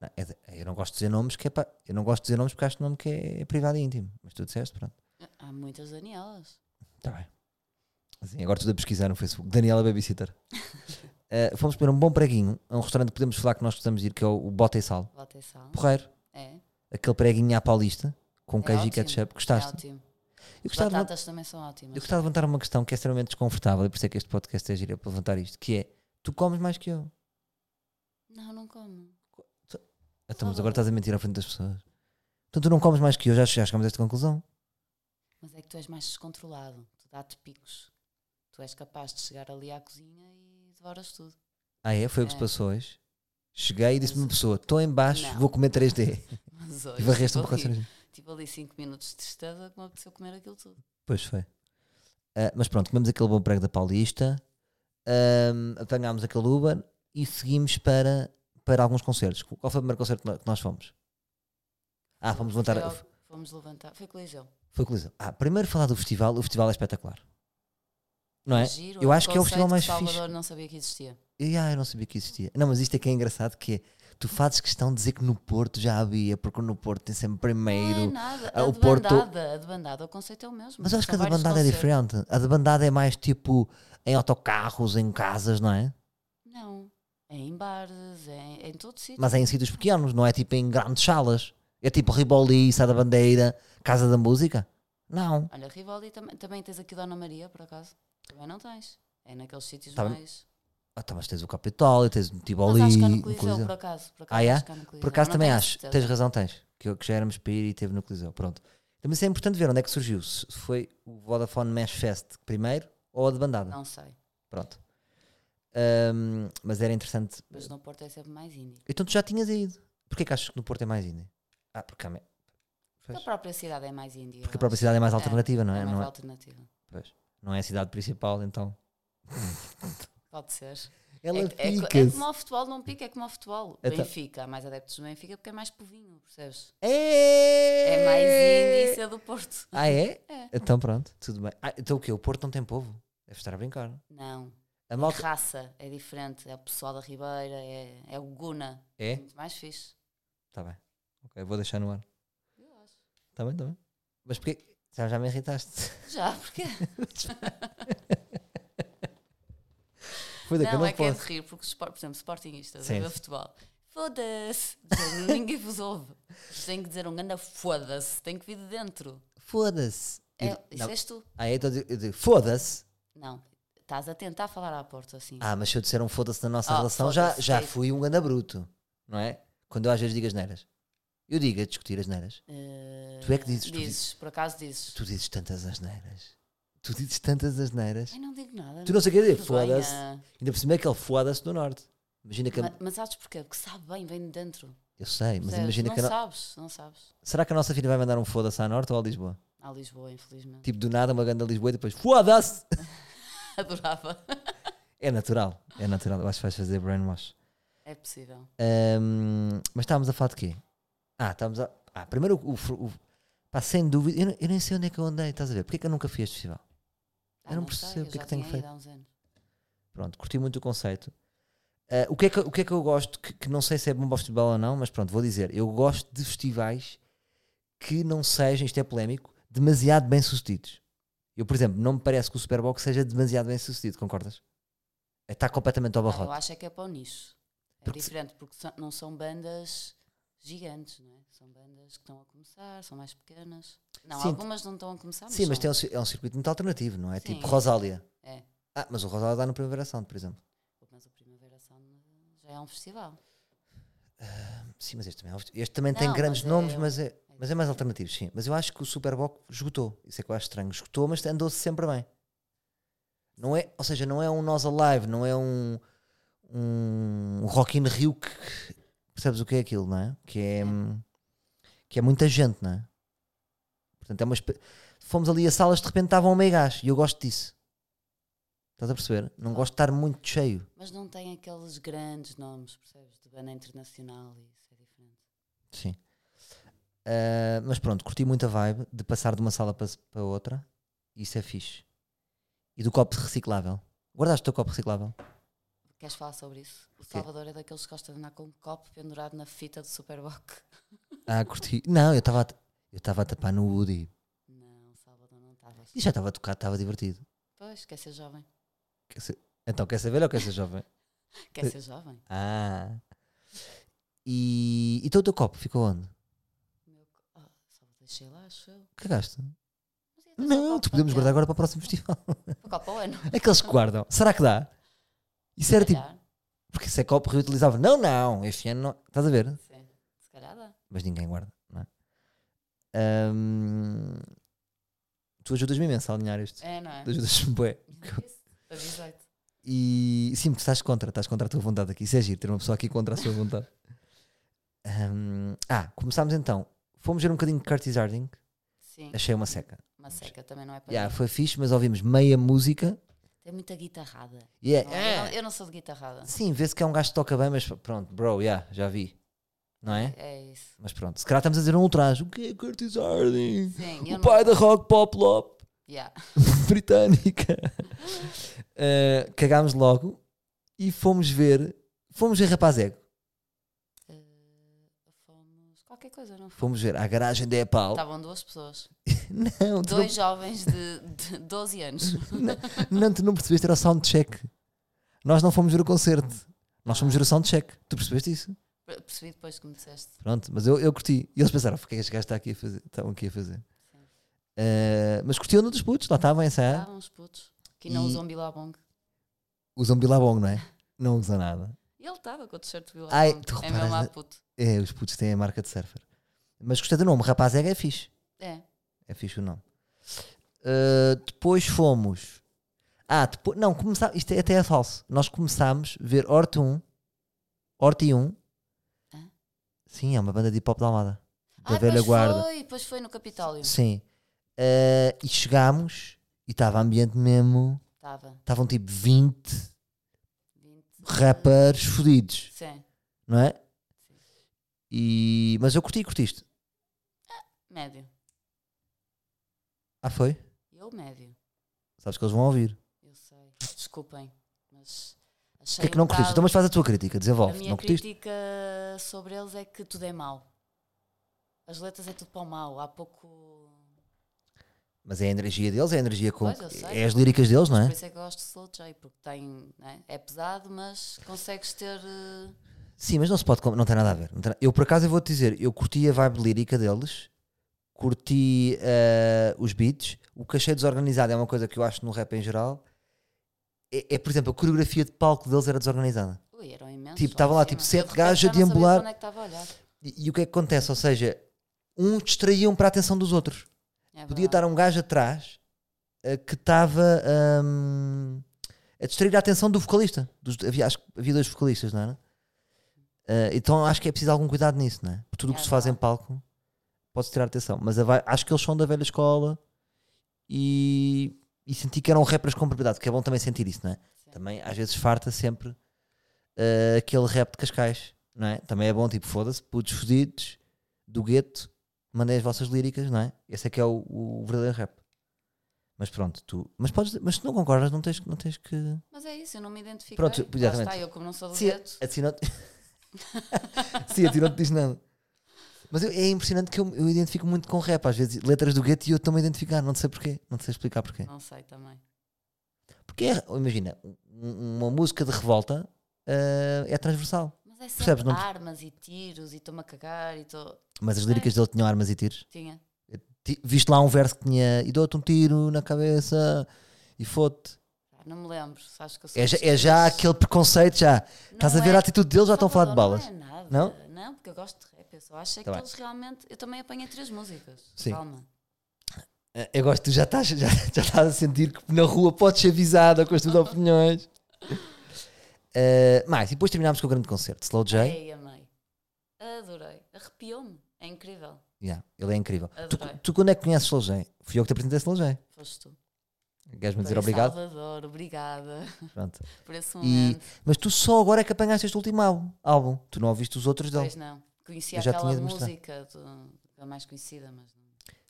Speaker 1: Não, é de- eu não gosto de dizer nomes que é pá, eu não gosto de dizer nomes porque acho que o nome que é, é privado e íntimo. Mas tu disseste, pronto.
Speaker 2: Há muitas Danielas.
Speaker 1: Está bem. Assim, agora estou a pesquisar no Facebook. Daniela Babysitter. Ah, fomos comer um bom preguinho a um restaurante que podemos falar que nós gostamos de ir, que é o, o Bota e Sal.
Speaker 2: Bota e sal.
Speaker 1: Porreiro.
Speaker 2: É. é
Speaker 1: Aquele preguinho à paulista, com queijo e
Speaker 2: ótimo,
Speaker 1: ketchup. Gostaste?
Speaker 2: É ótimo.
Speaker 1: eu
Speaker 2: As
Speaker 1: gostava de
Speaker 2: batatas também são ótimas.
Speaker 1: Eu gostava de levantar uma questão que é extremamente desconfortável e por isso é que este podcast é giro é para levantar isto, que é tu comes mais que eu.
Speaker 2: Não, não como.
Speaker 1: Então, mas
Speaker 2: Oh.
Speaker 1: agora estás a mentir à frente das pessoas. Então tu não comes mais que eu, já, já chegamos a esta conclusão.
Speaker 2: Mas é que tu és mais descontrolado. Tu dá-te picos. Tu és capaz de chegar ali à cozinha e devoras tudo.
Speaker 1: Ah é? Foi o que se
Speaker 2: É.
Speaker 1: passou hoje. Cheguei e disse-me uma
Speaker 2: Mas-
Speaker 1: pessoa, estou em baixo,
Speaker 2: Não.
Speaker 1: vou comer 3D.
Speaker 2: Mas
Speaker 1: E
Speaker 2: hoje,
Speaker 1: varreste um
Speaker 2: tive
Speaker 1: bocado
Speaker 2: ali-
Speaker 1: de
Speaker 2: Tive ali 5 minutos de tristeza que me apeteceu comer aquilo tudo.
Speaker 1: Pois foi. Ah, mas pronto, comemos aquele bom prego da Paulista, ahm, apanhámos aquele Uber e seguimos para, para alguns concertos. Qual foi o primeiro concerto que no- que nós fomos? Ah, fomos levantar...
Speaker 2: Foi ao- Fomos levantar. Foi coliseu.
Speaker 1: Foi colisão. Ah, primeiro falar do festival, o festival é espetacular. Não é?
Speaker 2: Giro,
Speaker 1: Eu
Speaker 2: um
Speaker 1: acho que é o festival
Speaker 2: conceito
Speaker 1: mais
Speaker 2: que Salvador não sabia que existia.
Speaker 1: E, ah, eu não sabia que existia. Não, mas isto é que é engraçado que é, tu fazes questão de dizer que no Porto já havia, porque no Porto tem sempre
Speaker 2: Não é
Speaker 1: primeiro.
Speaker 2: nada.
Speaker 1: ah,
Speaker 2: a
Speaker 1: o
Speaker 2: de
Speaker 1: Porto-
Speaker 2: bandada, a de bandada, o conceito é o mesmo.
Speaker 1: mas eu acho que a
Speaker 2: São
Speaker 1: da
Speaker 2: vários
Speaker 1: bandada é
Speaker 2: concertos.
Speaker 1: diferente. A da bandada é mais tipo em autocarros, em casas, não é?
Speaker 2: Não. É em bares, é em, é em todo sítio.
Speaker 1: Mas é em sítios pequenos, não é tipo em grandes salas. É tipo Riboli, Sá da Bandeira, Casa da Música. Não.
Speaker 2: Olha, Rivoli também, também tens aqui Dona Maria, por acaso? Também não tens. É naqueles sítios
Speaker 1: Tá bem.
Speaker 2: mais.
Speaker 1: Ah, tá, mas tens o Capitólio, tens o Tivoli,
Speaker 2: Mas acho que há no
Speaker 1: o
Speaker 2: Coliseu,
Speaker 1: Coliseu.
Speaker 2: por acaso. Por acaso,
Speaker 1: Ah, é?
Speaker 2: acho que há no
Speaker 1: Por
Speaker 2: Coliseu.
Speaker 1: acaso
Speaker 2: Não
Speaker 1: também
Speaker 2: tenho
Speaker 1: acho.
Speaker 2: certeza.
Speaker 1: Tens razão, tens. Que, que já éramos para ir e teve no Coliseu. Pronto. Também isso é importante ver onde é que surgiu. Se foi o Vodafone Mesh Fest primeiro ou a de bandada.
Speaker 2: Não sei.
Speaker 1: Pronto. Ahm, mas era interessante.
Speaker 2: Mas no Porto é sempre mais índio.
Speaker 1: Então tu já tinhas ido. Porquê que achas que no Porto é mais índio? Ah, porque, há me-
Speaker 2: Porque
Speaker 1: Pois.
Speaker 2: a própria cidade é mais índia.
Speaker 1: porque a
Speaker 2: eu
Speaker 1: própria
Speaker 2: acho.
Speaker 1: cidade é mais
Speaker 2: É,
Speaker 1: alternativa, não é?
Speaker 2: É mais
Speaker 1: não, é
Speaker 2: alternativa.
Speaker 1: pois. não é a cidade principal, então.
Speaker 2: Pode ser.
Speaker 1: Ela
Speaker 2: é, é, co- é
Speaker 1: fica-se.
Speaker 2: como ao futebol, não pica, é como ao futebol.
Speaker 1: Então-
Speaker 2: Benfica, há mais adeptos do Benfica porque é mais povinho, percebes?
Speaker 1: É,
Speaker 2: É mais índice é do Porto.
Speaker 1: Ah, é?
Speaker 2: É.
Speaker 1: Então pronto, tudo bem. Ah, então o quê? O Porto não tem povo? Deve estar a brincar.
Speaker 2: Não.
Speaker 1: A malta.
Speaker 2: Raça é diferente. É o pessoal da Ribeira, é, é o Guna.
Speaker 1: É?
Speaker 2: Muito mais fixe.
Speaker 1: Tá bem. Ok, vou deixar no ar.
Speaker 2: Eu acho.
Speaker 1: Tá bem, tá bem. Mas porque já, já me irritaste.
Speaker 2: Já, porque.
Speaker 1: Foda-se, que eu
Speaker 2: Não,
Speaker 1: não
Speaker 2: é que é de
Speaker 1: posso.
Speaker 2: rir, porque, os spor- por exemplo, Sportingistas
Speaker 1: Sim.
Speaker 2: a ver futebol. Foda-se! Dizem, Ninguém vos ouve. Vocês têm que dizer um ganda foda-se. Tem que vir de dentro.
Speaker 1: Foda-se.
Speaker 2: É,
Speaker 1: Eu-
Speaker 2: isso
Speaker 1: não.
Speaker 2: és tu.
Speaker 1: Ah, eu estou a dizer, eu digo, foda-se.
Speaker 2: Não. Estás a tentar falar à porta assim.
Speaker 1: Ah, mas se eu disser um foda-se na nossa
Speaker 2: Ah,
Speaker 1: relação, já,
Speaker 2: foda-se,
Speaker 1: já
Speaker 2: sim.
Speaker 1: fui um ganda bruto. Não é? Quando eu às vezes digo as neiras. Eu digo a discutir as neiras.
Speaker 2: Eh,
Speaker 1: Tu é que dizes, tu
Speaker 2: Dizes, por acaso dizes.
Speaker 1: Tu dizes tantas asneiras. Tu dizes tantas asneiras.
Speaker 2: Ai, não digo nada.
Speaker 1: Tu não sei o que dizer.
Speaker 2: vergonha.
Speaker 1: Foda-se. Ainda por cima é aquele foda-se do norte. Imagina que. a-
Speaker 2: Ma- Mas sabes porquê? Porque sabe bem, vem de dentro.
Speaker 1: Eu sei, mas
Speaker 2: percebes?
Speaker 1: imagina
Speaker 2: não
Speaker 1: que. a no-
Speaker 2: sabes, não sabes.
Speaker 1: Será que a nossa filha vai mandar um foda-se à norte ou a Lisboa?
Speaker 2: À Lisboa, infelizmente.
Speaker 1: Tipo, do nada, uma grande Lisboa e depois foda-se!
Speaker 2: Adorava.
Speaker 1: É natural, é natural. Eu acho que vais fazer brainwash.
Speaker 2: É possível.
Speaker 1: Ahm, mas estávamos a falar de quê? Ah, estávamos a. Ah, primeiro o. o, o- pá, sem dúvida, eu, não- eu nem sei onde é que eu andei, estás a ver? Porquê que eu nunca fui a este festival? Eu não percebo
Speaker 2: Ah, sei,
Speaker 1: o que é
Speaker 2: já
Speaker 1: que tenho
Speaker 2: tinha
Speaker 1: feito.
Speaker 2: ido há uns anos.
Speaker 1: Pronto, curti muito o conceito. Ah, o, que é que, eu- o que é que eu gosto, que, que não sei se é bom para o festival ou não, mas pronto, vou dizer. Eu gosto de festivais que não sejam, isto é polémico, demasiado bem sucedidos. Eu, por exemplo, não me parece que o Superbox seja demasiado bem sucedido, concordas? Está completamente ao
Speaker 2: Ah,
Speaker 1: barrote.
Speaker 2: eu acho é que é para o nicho. É
Speaker 1: Porque se-
Speaker 2: diferente, porque são- não são bandas gigantes, não é? São bandas que estão a começar, são mais pequenas. Não,
Speaker 1: Sim,
Speaker 2: algumas não estão a começar, mas,
Speaker 1: Sim, mas
Speaker 2: são.
Speaker 1: tem um, ci- é um circuito muito alternativo, não é?
Speaker 2: Tá Sim.
Speaker 1: Tipo Rosália.
Speaker 2: É.
Speaker 1: Ah, mas o Rosália dá no Primavera Sound, por exemplo.
Speaker 2: Mas o Primavera Sound já é um festival.
Speaker 1: Sim, mas este também, é um festi- este também tem
Speaker 2: Não,
Speaker 1: grandes
Speaker 2: mas é-
Speaker 1: nomes, mas, é, mas é mais alternativo, sim. Mas eu acho que o Superboc esgotou. Isso é que eu acho estranho. Esgotou, mas andou-se sempre bem. Não é, ou seja, não é um Nós Alive, não é um, um Rock in Rio que... Percebes o que é aquilo, não é? Que é,
Speaker 2: É.
Speaker 1: hum, Que é muita gente, não é? Portanto, é uma espe- fomos ali a salas, de repente estavam meio gás e eu gosto disso. Estás a perceber? Não gosto de estar muito cheio.
Speaker 2: Mas não tem aqueles grandes nomes, percebes? De banda internacional e isso é diferente.
Speaker 1: Sim. Ah, mas pronto, curti muito a vibe de passar de uma sala para, para outra. Isso é fixe. E do copo reciclável. Guardaste o teu copo reciclável?
Speaker 2: Queres falar sobre isso? O Salvador é daqueles que gosta de andar com um copo pendurado na fita do Superboc.
Speaker 1: Ah, curti. Não, eu estava a, eu estava a tapar no Woody.
Speaker 2: Não, o Salvador não estava.
Speaker 1: E já estava a tocar, estava divertido.
Speaker 2: Pois, quer ser jovem.
Speaker 1: Quer ser- Então, quer saber ou quer ser jovem? Eh.
Speaker 2: Quer ser jovem.
Speaker 1: Ah. E, então o teu copo ficou onde?
Speaker 2: O meu co- Ah, só vou deixei lá, acho eu.
Speaker 1: Cagaste?
Speaker 2: Mas ia deixar o
Speaker 1: Não,
Speaker 2: copo
Speaker 1: tu podemos
Speaker 2: para
Speaker 1: guardar agora para o próximo festival.
Speaker 2: aquele- para o copo ao ano.
Speaker 1: Aqueles que guardam. Será que dá? Isso era
Speaker 2: Se
Speaker 1: tipo.
Speaker 2: calhar,
Speaker 1: Porque se é copo reutilizável. Não, não. Este ano não. Estás a ver?
Speaker 2: sim. Se calhar dá.
Speaker 1: Mas ninguém guarda, não é? Ahm, tu ajudas-me imenso a alinhar isto.
Speaker 2: É, não é?
Speaker 1: Tu ajudas-me, bué.
Speaker 2: Isso, Avisei-te.
Speaker 1: E sim, porque estás contra, estás contra a tua vontade aqui. Isso é giro, ter uma pessoa aqui contra a sua vontade. Ahm, ah, começámos então. Fomos ver um bocadinho de Curtis Harding.
Speaker 2: Sim,
Speaker 1: Achei uma seca.
Speaker 2: uma seca também não é para
Speaker 1: Yeah,
Speaker 2: mim.
Speaker 1: foi fixe, mas ouvimos meia música.
Speaker 2: Tem muita guitarrada.
Speaker 1: E é.
Speaker 2: não é? Eu, não, eu não sou de guitarrada.
Speaker 1: Sim, vê-se que é um gajo que toca bem, mas pronto, bro, yeah, já vi. Não é?
Speaker 2: É isso.
Speaker 1: Mas pronto, se calhar estamos a dizer um ultraje. O que é Curtis Harding?
Speaker 2: Sim, eu
Speaker 1: O
Speaker 2: não.
Speaker 1: pai da rock pop lop
Speaker 2: Yeah.
Speaker 1: britânica. Ah, cagámos logo e fomos ver. Fomos ver Rapaz Ego.
Speaker 2: Eh, fomos qualquer coisa, não foi?
Speaker 1: Fomos ver à garagem da Epal.
Speaker 2: Estavam duas pessoas.
Speaker 1: Não, tu
Speaker 2: Dois jovens de, de 12 anos.
Speaker 1: não, não, tu não percebeste, era o soundcheck. Nós não fomos ver o concerto. Nós fomos ver o soundcheck. Tu percebeste isso?
Speaker 2: Per- Percebi depois que me disseste.
Speaker 1: Pronto, mas eu, eu curti. E eles pensaram, "Pô, o que é que este gajo está aqui a fazer? Tá, Estão aqui a é fazer.
Speaker 2: Sim.
Speaker 1: Ah, mas curtiam dos putos, lá estavam é a ensaiar.
Speaker 2: Estavam uns putos que não
Speaker 1: E-
Speaker 2: usam Bilabong.
Speaker 1: Usam bilabong, não é? Não usam nada.
Speaker 2: E ele estava com o t-shirt de
Speaker 1: Ai,
Speaker 2: Bilabong.
Speaker 1: tu
Speaker 2: É
Speaker 1: reparas
Speaker 2: mesmo
Speaker 1: na-
Speaker 2: à puto.
Speaker 1: É, os putos têm a marca de surfer. Mas gostei do nome, Rapaz Ego é fixe.
Speaker 2: É.
Speaker 1: É fixe o nome. Uh, depois fomos. Ah, depois. Não, começá, isto é- até é falso. Nós começámos a ver um, Horto 1. Horti 1.
Speaker 2: Hã?
Speaker 1: Sim, é uma banda de hip hop da Almada. Da
Speaker 2: Ai,
Speaker 1: velha
Speaker 2: pois
Speaker 1: guarda.
Speaker 2: Foi, pois foi no Capitólio.
Speaker 1: Sim. Uh, e chegámos e estava ambiente mesmo.
Speaker 2: Estava.
Speaker 1: Estavam tipo 20
Speaker 2: Vinte.
Speaker 1: rappers fodidos,
Speaker 2: Sim.
Speaker 1: não é? E, mas eu curti, curtiste.
Speaker 2: Médio.
Speaker 1: Ah, foi?
Speaker 2: Eu médio.
Speaker 1: Sabes que eles vão ouvir.
Speaker 2: Eu sei. Desculpem. Mas
Speaker 1: O
Speaker 2: achei
Speaker 1: que é que não
Speaker 2: um
Speaker 1: curtiste?
Speaker 2: bocado-
Speaker 1: Então, mas faz a tua crítica,
Speaker 2: A
Speaker 1: desenvolve.
Speaker 2: minha
Speaker 1: Não curtiste?
Speaker 2: crítica sobre eles é que tudo é mau. As letras é tudo para o mau. Há pouco.
Speaker 1: Mas é a energia deles, é a energia com.
Speaker 2: Pois, eu sei.
Speaker 1: É as líricas deles, não é?
Speaker 2: Por isso é que eu gosto de Slow J, porque tem. né? É pesado, mas consegues ter. eh,
Speaker 1: Sim, mas não se pode. com- Não tem nada a ver. não tem na- Eu, por acaso, eu vou-te dizer, eu curti a vibe lírica deles, curti eh, os beats. O cachê desorganizado é uma coisa que eu acho no rap em geral. É, é, por exemplo, a coreografia de palco deles era desorganizada.
Speaker 2: Ui, eram imensos.
Speaker 1: Tipo, estavam lá,
Speaker 2: em cima.
Speaker 1: tipo, sete
Speaker 2: Eu, de repente,
Speaker 1: gajos
Speaker 2: já
Speaker 1: a
Speaker 2: não sabia
Speaker 1: deambular.
Speaker 2: para onde é que estava a olhar.
Speaker 1: E, e o que é que acontece? Ou seja, uns distraíam para a atenção dos outros.
Speaker 2: É
Speaker 1: Podia
Speaker 2: verdade.
Speaker 1: estar um gajo atrás eh, que estava hum, a distrair a atenção do vocalista. Dos, havia, acho que havia dois vocalistas, não era? Eh, então acho que é preciso algum cuidado nisso, não é? Porque tudo o que
Speaker 2: É
Speaker 1: se faz em
Speaker 2: verdade.
Speaker 1: palco pode tirar atenção. Mas a vai- acho que eles são da velha escola e, e senti que eram rappers com propriedade, que é bom também sentir isso, não é?
Speaker 2: Sim.
Speaker 1: Também às vezes farta sempre eh, aquele rap de Cascais, não é? Também é bom, tipo, foda-se, putos fodidos do gueto, mandem as vossas líricas, não é? Esse é que é o, o verdadeiro rap. Mas pronto, tu. Mas, podes, mas se não concordas, não tens, não tens que.
Speaker 2: Mas é isso, eu não me identifico.
Speaker 1: Pronto, exatamente. é-
Speaker 2: Lá está, eu como não sou do
Speaker 1: Sim,
Speaker 2: gueto.
Speaker 1: a ti Assim não te- Sim, a ti não te diz nada. Mas eu- é impressionante que eu, eu identifico muito com rap, às vezes letras do gueto e eu estou-me a identificar, não sei porquê, não sei explicar porquê.
Speaker 2: Não sei também.
Speaker 1: Porque é- imagina, um- uma música de revolta eh, é transversal.
Speaker 2: Mas é sempre
Speaker 1: Percebes, não-
Speaker 2: armas e tiros e estou-me a cagar e estou.
Speaker 1: Mas as
Speaker 2: É.
Speaker 1: líricas dele tinham armas e tiros.
Speaker 2: Tinha.
Speaker 1: Ti- Viste lá um verso que tinha e dou-te um tiro na cabeça e foda-te.
Speaker 2: Ah, Não me lembro. Sabes que eu sou
Speaker 1: É, já-
Speaker 2: dos
Speaker 1: é já
Speaker 2: guetos.
Speaker 1: aquele preconceito já. Estás a
Speaker 2: Não
Speaker 1: ver
Speaker 2: é-
Speaker 1: a atitude deles, já estão a falar de
Speaker 2: Salvador
Speaker 1: balas.
Speaker 2: Não, é nada.
Speaker 1: Não?
Speaker 2: não? porque eu gosto de rap. Eu só acho é que
Speaker 1: Tá bem.
Speaker 2: eles realmente. Eu também apanhei três músicas.
Speaker 1: Sim.
Speaker 2: Calma.
Speaker 1: Eh, Eu gosto, tu já estás, já, já estás a sentir que na rua podes ser avisada com as tuas opiniões. Uh, mais, e depois terminámos com o grande concerto, Slow J.
Speaker 2: Ei, amei. Adorei. Arrepiou-me. É incrível.
Speaker 1: Yeah, ele é incrível. Tu,
Speaker 2: Adorei.
Speaker 1: tu quando é que conheces Solgém? Fui eu que te apresentei Solgém.
Speaker 2: Foste tu.
Speaker 1: Queres-me dizer
Speaker 2: Bem,
Speaker 1: obrigado?
Speaker 2: Salvador, obrigada
Speaker 1: Pronto.
Speaker 2: por esse
Speaker 1: E-
Speaker 2: momento.
Speaker 1: Mas tu só agora é que apanhaste este último álbum. álbum. Tu não ouviste os outros dele.
Speaker 2: Pois não. Conhecia
Speaker 1: Eu já
Speaker 2: aquela
Speaker 1: tinha de mostrar.
Speaker 2: música, do- a mais conhecida, mas não.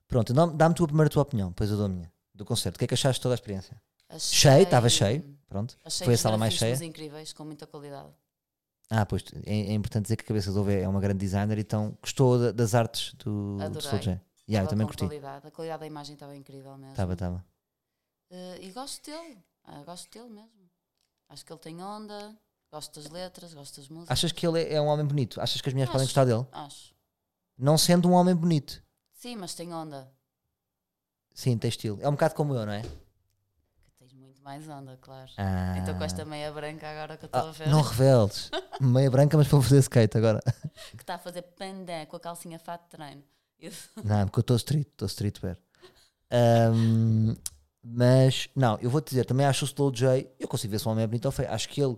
Speaker 1: Pronto, não- dá-me tu a primeira tua opinião, depois eu dou a minha. Do concerto. O que é que achaste de toda a experiência?
Speaker 2: Achei-
Speaker 1: Cheio, estava cheio. Pronto.
Speaker 2: Achei
Speaker 1: Foi a sala mais
Speaker 2: grafismos incríveis, com muita qualidade.
Speaker 1: Ah, pois é, é importante dizer que a Cabeça de Ovo é é uma grande designer, então gostou da- das artes do, do
Speaker 2: Adorei.
Speaker 1: Soulja. Yeah, eu
Speaker 2: Estava
Speaker 1: também
Speaker 2: com
Speaker 1: curti.
Speaker 2: Qualidade. A qualidade da imagem estava incrível mesmo.
Speaker 1: Estava, estava.
Speaker 2: Eh, e gosto dele. Ah, gosto dele mesmo. Acho que ele tem onda, gosto das letras, gosto das músicas.
Speaker 1: Achas que ele é- é um homem bonito? Achas que as mulheres podem
Speaker 2: Acho.
Speaker 1: gostar dele?
Speaker 2: Acho.
Speaker 1: Não sendo um homem bonito.
Speaker 2: Sim, mas tem onda.
Speaker 1: Sim, tem estilo. É um bocado como eu, não é?
Speaker 2: Que tens muito mais onda, claro.
Speaker 1: Ah.
Speaker 2: Então com esta meia branca agora que eu estou
Speaker 1: Ah,
Speaker 2: a ver,
Speaker 1: não reveles. Meia branca, mas para fazer skate agora.
Speaker 2: que está a fazer pandé com a calcinha fato de treino. Isso.
Speaker 1: Não, porque eu estou street, estou streetwear. Ahm, mas, não, eu vou-te dizer, também acho o Slow J, eu consigo ver se um homem é bonito ou feio. Acho que ele,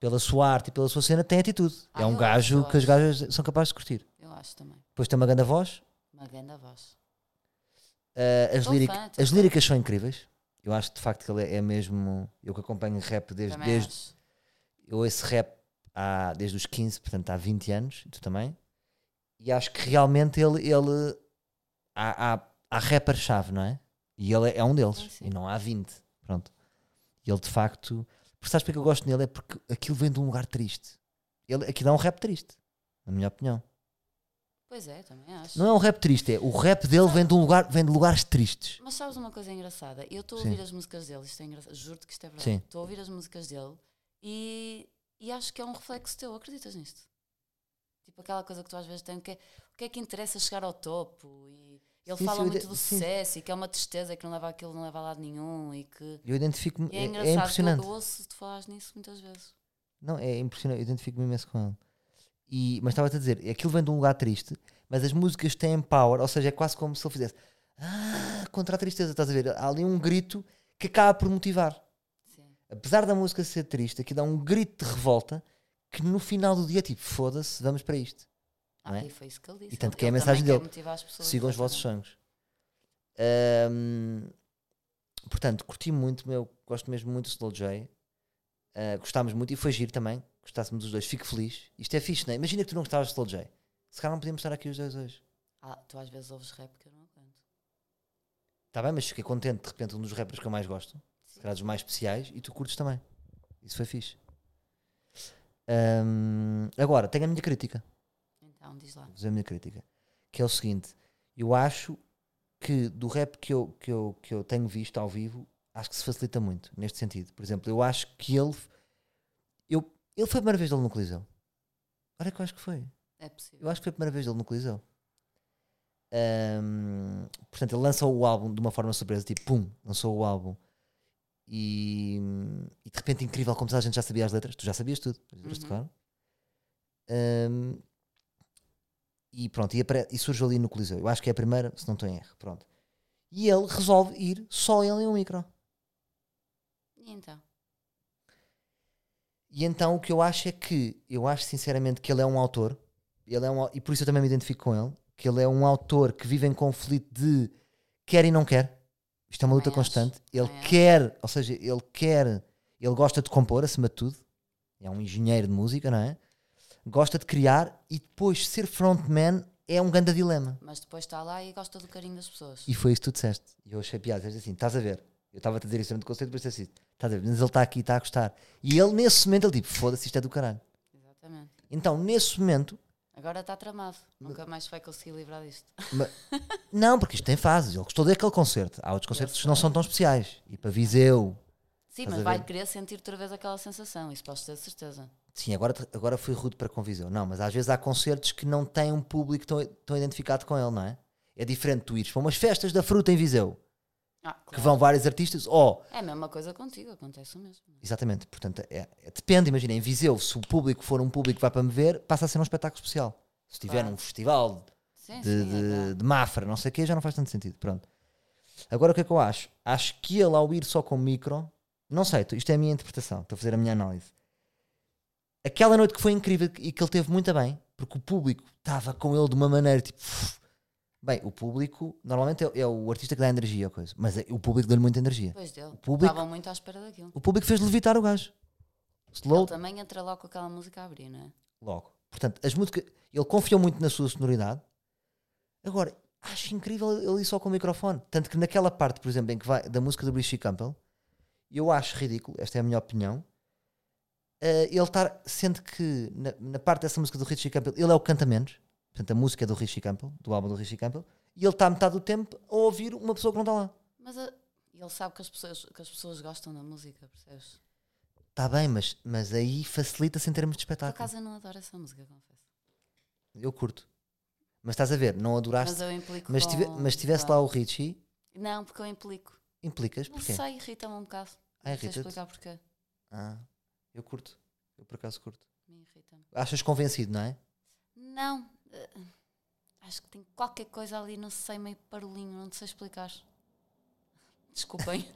Speaker 1: pela sua arte e pela sua cena, tem atitude.
Speaker 2: Ah,
Speaker 1: é um
Speaker 2: eu
Speaker 1: gajo
Speaker 2: acho, eu
Speaker 1: que as gajas são capazes de curtir.
Speaker 2: Eu acho também.
Speaker 1: Depois tem uma grande voz.
Speaker 2: Uma grande voz.
Speaker 1: ah, as,
Speaker 2: Sou
Speaker 1: lírica-
Speaker 2: fã, sou
Speaker 1: as
Speaker 2: fã.
Speaker 1: líricas são incríveis. Eu acho de facto que ele é, é mesmo. Eu que acompanho rap desde.
Speaker 2: também
Speaker 1: desde
Speaker 2: acho.
Speaker 1: eu ouço rap há, desde os 15, portanto há 20 anos, e tu também. E acho que realmente ele. ele há, há, há rapper-chave, não é? E ele é, é um deles.
Speaker 2: Sim, sim.
Speaker 1: E não há 20. Pronto. E ele de facto. Porque sabes porque eu gosto nele? É porque aquilo vem de um lugar triste. Ele, aquilo é um rap triste. Na minha opinião.
Speaker 2: Pois é, também acho.
Speaker 1: Não é um rap triste, é o rap dele vem de, um lugar, vem de lugares tristes.
Speaker 2: Mas sabes uma coisa engraçada? Eu estou a
Speaker 1: Sim.
Speaker 2: ouvir as músicas dele, isto é engraçado, juro-te que isto é
Speaker 1: Sim.
Speaker 2: verdade. Estou a ouvir as músicas dele e, e acho que é um reflexo teu, acreditas nisto? Tipo aquela coisa que tu às vezes tens, o que é, o que, é que interessa chegar ao topo? E ele
Speaker 1: Sim,
Speaker 2: fala
Speaker 1: sim, eu
Speaker 2: muito
Speaker 1: de-
Speaker 2: do
Speaker 1: sim.
Speaker 2: sucesso e que é uma tristeza e que não leva aquilo, não leva a lado nenhum e que.
Speaker 1: Eu identifico-me.
Speaker 2: E é,
Speaker 1: É, é,
Speaker 2: engraçado
Speaker 1: impressionante.
Speaker 2: que eu ouço tu falares nisso muitas vezes.
Speaker 1: Não, é impressionante. Eu identifico-me imenso com ele. E, mas estava-te a dizer, aquilo vem de um lugar triste, mas as músicas têm power, ou seja, é quase como se ele fizesse "Ah", contra a tristeza, estás a ver? Há ali um grito que acaba por motivar.
Speaker 2: Sim.
Speaker 1: Apesar da música ser triste, aqui dá um grito de revolta que no final do dia é tipo, foda-se, vamos para isto. Não
Speaker 2: Ah,
Speaker 1: é?
Speaker 2: e foi isso que ele disse.
Speaker 1: E tanto
Speaker 2: Ele-
Speaker 1: que é a
Speaker 2: ele
Speaker 1: mensagem
Speaker 2: também quer
Speaker 1: dele.
Speaker 2: motivar as pessoas,
Speaker 1: sigam os vossos
Speaker 2: exatamente.
Speaker 1: sonhos. Ahm, portanto, curti muito, meu, gosto mesmo muito do Slow J. Ah, gostámos muito e foi giro também. Gostássemos os dois, fico feliz. Isto é fixe, não é? Imagina que tu não gostavas de Slow J. Se calhar não podíamos estar aqui os dois hoje.
Speaker 2: Ah, tu às vezes ouves rap que eu não aguento.
Speaker 1: Está Tá bem, mas fiquei contente de repente um dos rappers que eu mais gosto, se calhar dos mais especiais, e tu curtes também. Isso foi fixe. Ahm, agora, tenho a minha crítica.
Speaker 2: Então, diz lá.
Speaker 1: Vou fazer a minha crítica. Que é o seguinte: eu acho que do rap que eu, que, eu, que eu tenho visto ao vivo, acho que se facilita muito neste sentido. Por exemplo, eu acho que ele. Eu, ele foi a primeira vez dele no Coliseu. Olha que eu acho que foi.
Speaker 2: É possível.
Speaker 1: Eu acho que foi a primeira vez dele no Coliseu. Ahm, portanto, ele lança o álbum de uma forma surpresa, tipo, pum, lançou o álbum. E, e de repente, incrível, como toda a gente já sabia as letras, tu já sabias tudo, as letras
Speaker 2: Uhum.
Speaker 1: tocaram. Ahm, e pronto, e, apare- e surge ali no Coliseu. Eu acho que é a primeira, se não estou em erro. Pronto. E ele resolve ir só ele em um micro.
Speaker 2: E então?
Speaker 1: E então o que eu acho é que, eu acho sinceramente que ele é um autor, ele é um, au- e por isso eu também me identifico com ele, que ele é um autor que vive em conflito de quer e não quer. Isto é uma luta
Speaker 2: Também acho,
Speaker 1: constante. Ele
Speaker 2: também acho.
Speaker 1: quer, ou seja, ele quer, ele gosta de compor acima de tudo. É um engenheiro de música, não é? Gosta de criar e depois ser frontman é um grande dilema.
Speaker 2: Mas depois está lá e gosta do carinho das pessoas.
Speaker 1: E foi isso que tu disseste. E eu achei piada. Disseste assim: estás a ver? Eu estava a te dizer isso durante o conceito, depois disse assim: estás a ver? Mas ele está aqui, está a gostar. E ele, nesse momento, ele tipo: foda-se, isto é do caralho.
Speaker 2: Exatamente.
Speaker 1: Então, nesse momento,
Speaker 2: Agora está tramado. Nunca mais vai conseguir livrar disto.
Speaker 1: ma- não, porque isto tem fases. Ele gostou daquele concerto. Há outros concertos que não são tão especiais. E para Viseu.
Speaker 2: Sim,
Speaker 1: Estás a
Speaker 2: mas vai
Speaker 1: ver?
Speaker 2: querer sentir outra vez aquela sensação. Isso posso ter certeza.
Speaker 1: Sim, agora, agora fui rude para com Viseu. Não, mas às vezes há concertos que não têm um público tão, tão identificado com ele, não é? É diferente tu ires para umas festas da fruta em Viseu,
Speaker 2: Ah,
Speaker 1: que
Speaker 2: claro.
Speaker 1: vão vários artistas, ou
Speaker 2: É a mesma coisa contigo, acontece o mesmo.
Speaker 1: Exatamente, portanto, é- é- depende, imagina, em Viseu, se o público for um público que vai para me ver, passa a ser um espetáculo especial. Se tiver
Speaker 2: Claro.
Speaker 1: um festival
Speaker 2: Sim,
Speaker 1: de,
Speaker 2: sim.
Speaker 1: de-
Speaker 2: é
Speaker 1: de Mafra, não sei o quê, já não faz tanto sentido, pronto. Agora o que é que eu acho? Acho que ele ao ir só com o micro, não sei, tu- isto é a minha interpretação, estou a fazer a minha análise. Aquela noite que foi incrível e que ele teve muito bem, porque o público estava com ele de uma maneira tipo, "Uf, Bem, o público normalmente é, é o artista que dá energia ou coisa, mas é- o público deu-lhe muita energia.
Speaker 2: Depois dele.
Speaker 1: O público-
Speaker 2: Estavam muito à espera daquilo.
Speaker 1: O público fez levitar o gajo.
Speaker 2: Ele
Speaker 1: Slow
Speaker 2: também entra logo com aquela música a abrir, não é?
Speaker 1: logo. Portanto, as músicas. Ele confiou muito na sua sonoridade. Agora, acho incrível ele ir só com o microfone. Tanto que naquela parte, por exemplo, em que vai da música do Richie Campbell, eu acho ridículo, esta é a minha opinião. eh, ele estar, sendo que na, na parte dessa música do Richie Campbell, ele é o que canta menos, portanto a música é do Richie Campbell, do álbum do Richie Campbell, e ele está a metade do tempo a ouvir uma pessoa que não está lá.
Speaker 2: Mas a- ele sabe que as, pessoas, que as pessoas gostam da música, percebes?
Speaker 1: Está bem, mas, mas aí facilita-se em termos de
Speaker 2: Por
Speaker 1: espetáculo.
Speaker 2: acaso eu não adoro essa música, confesso.
Speaker 1: Eu curto. Mas estás a ver, não
Speaker 2: Mas é
Speaker 1: adoraste.
Speaker 2: eu implico.
Speaker 1: Mas, tive,
Speaker 2: com-
Speaker 1: mas se tivesse lá o Richie,
Speaker 2: Não, porque eu implico.
Speaker 1: implicas?
Speaker 2: Não
Speaker 1: Porquê?
Speaker 2: sei, irrita-me um bocado.
Speaker 1: Ah,
Speaker 2: Não sei
Speaker 1: irrita-te?
Speaker 2: explicar porquê.
Speaker 1: Ah, eu curto. Eu por acaso curto.
Speaker 2: Me irrita-me.
Speaker 1: Achas convencido, não é?
Speaker 2: Não. eh, Acho que tem qualquer coisa ali, não sei, meio parolinho, não sei explicar. Desculpem.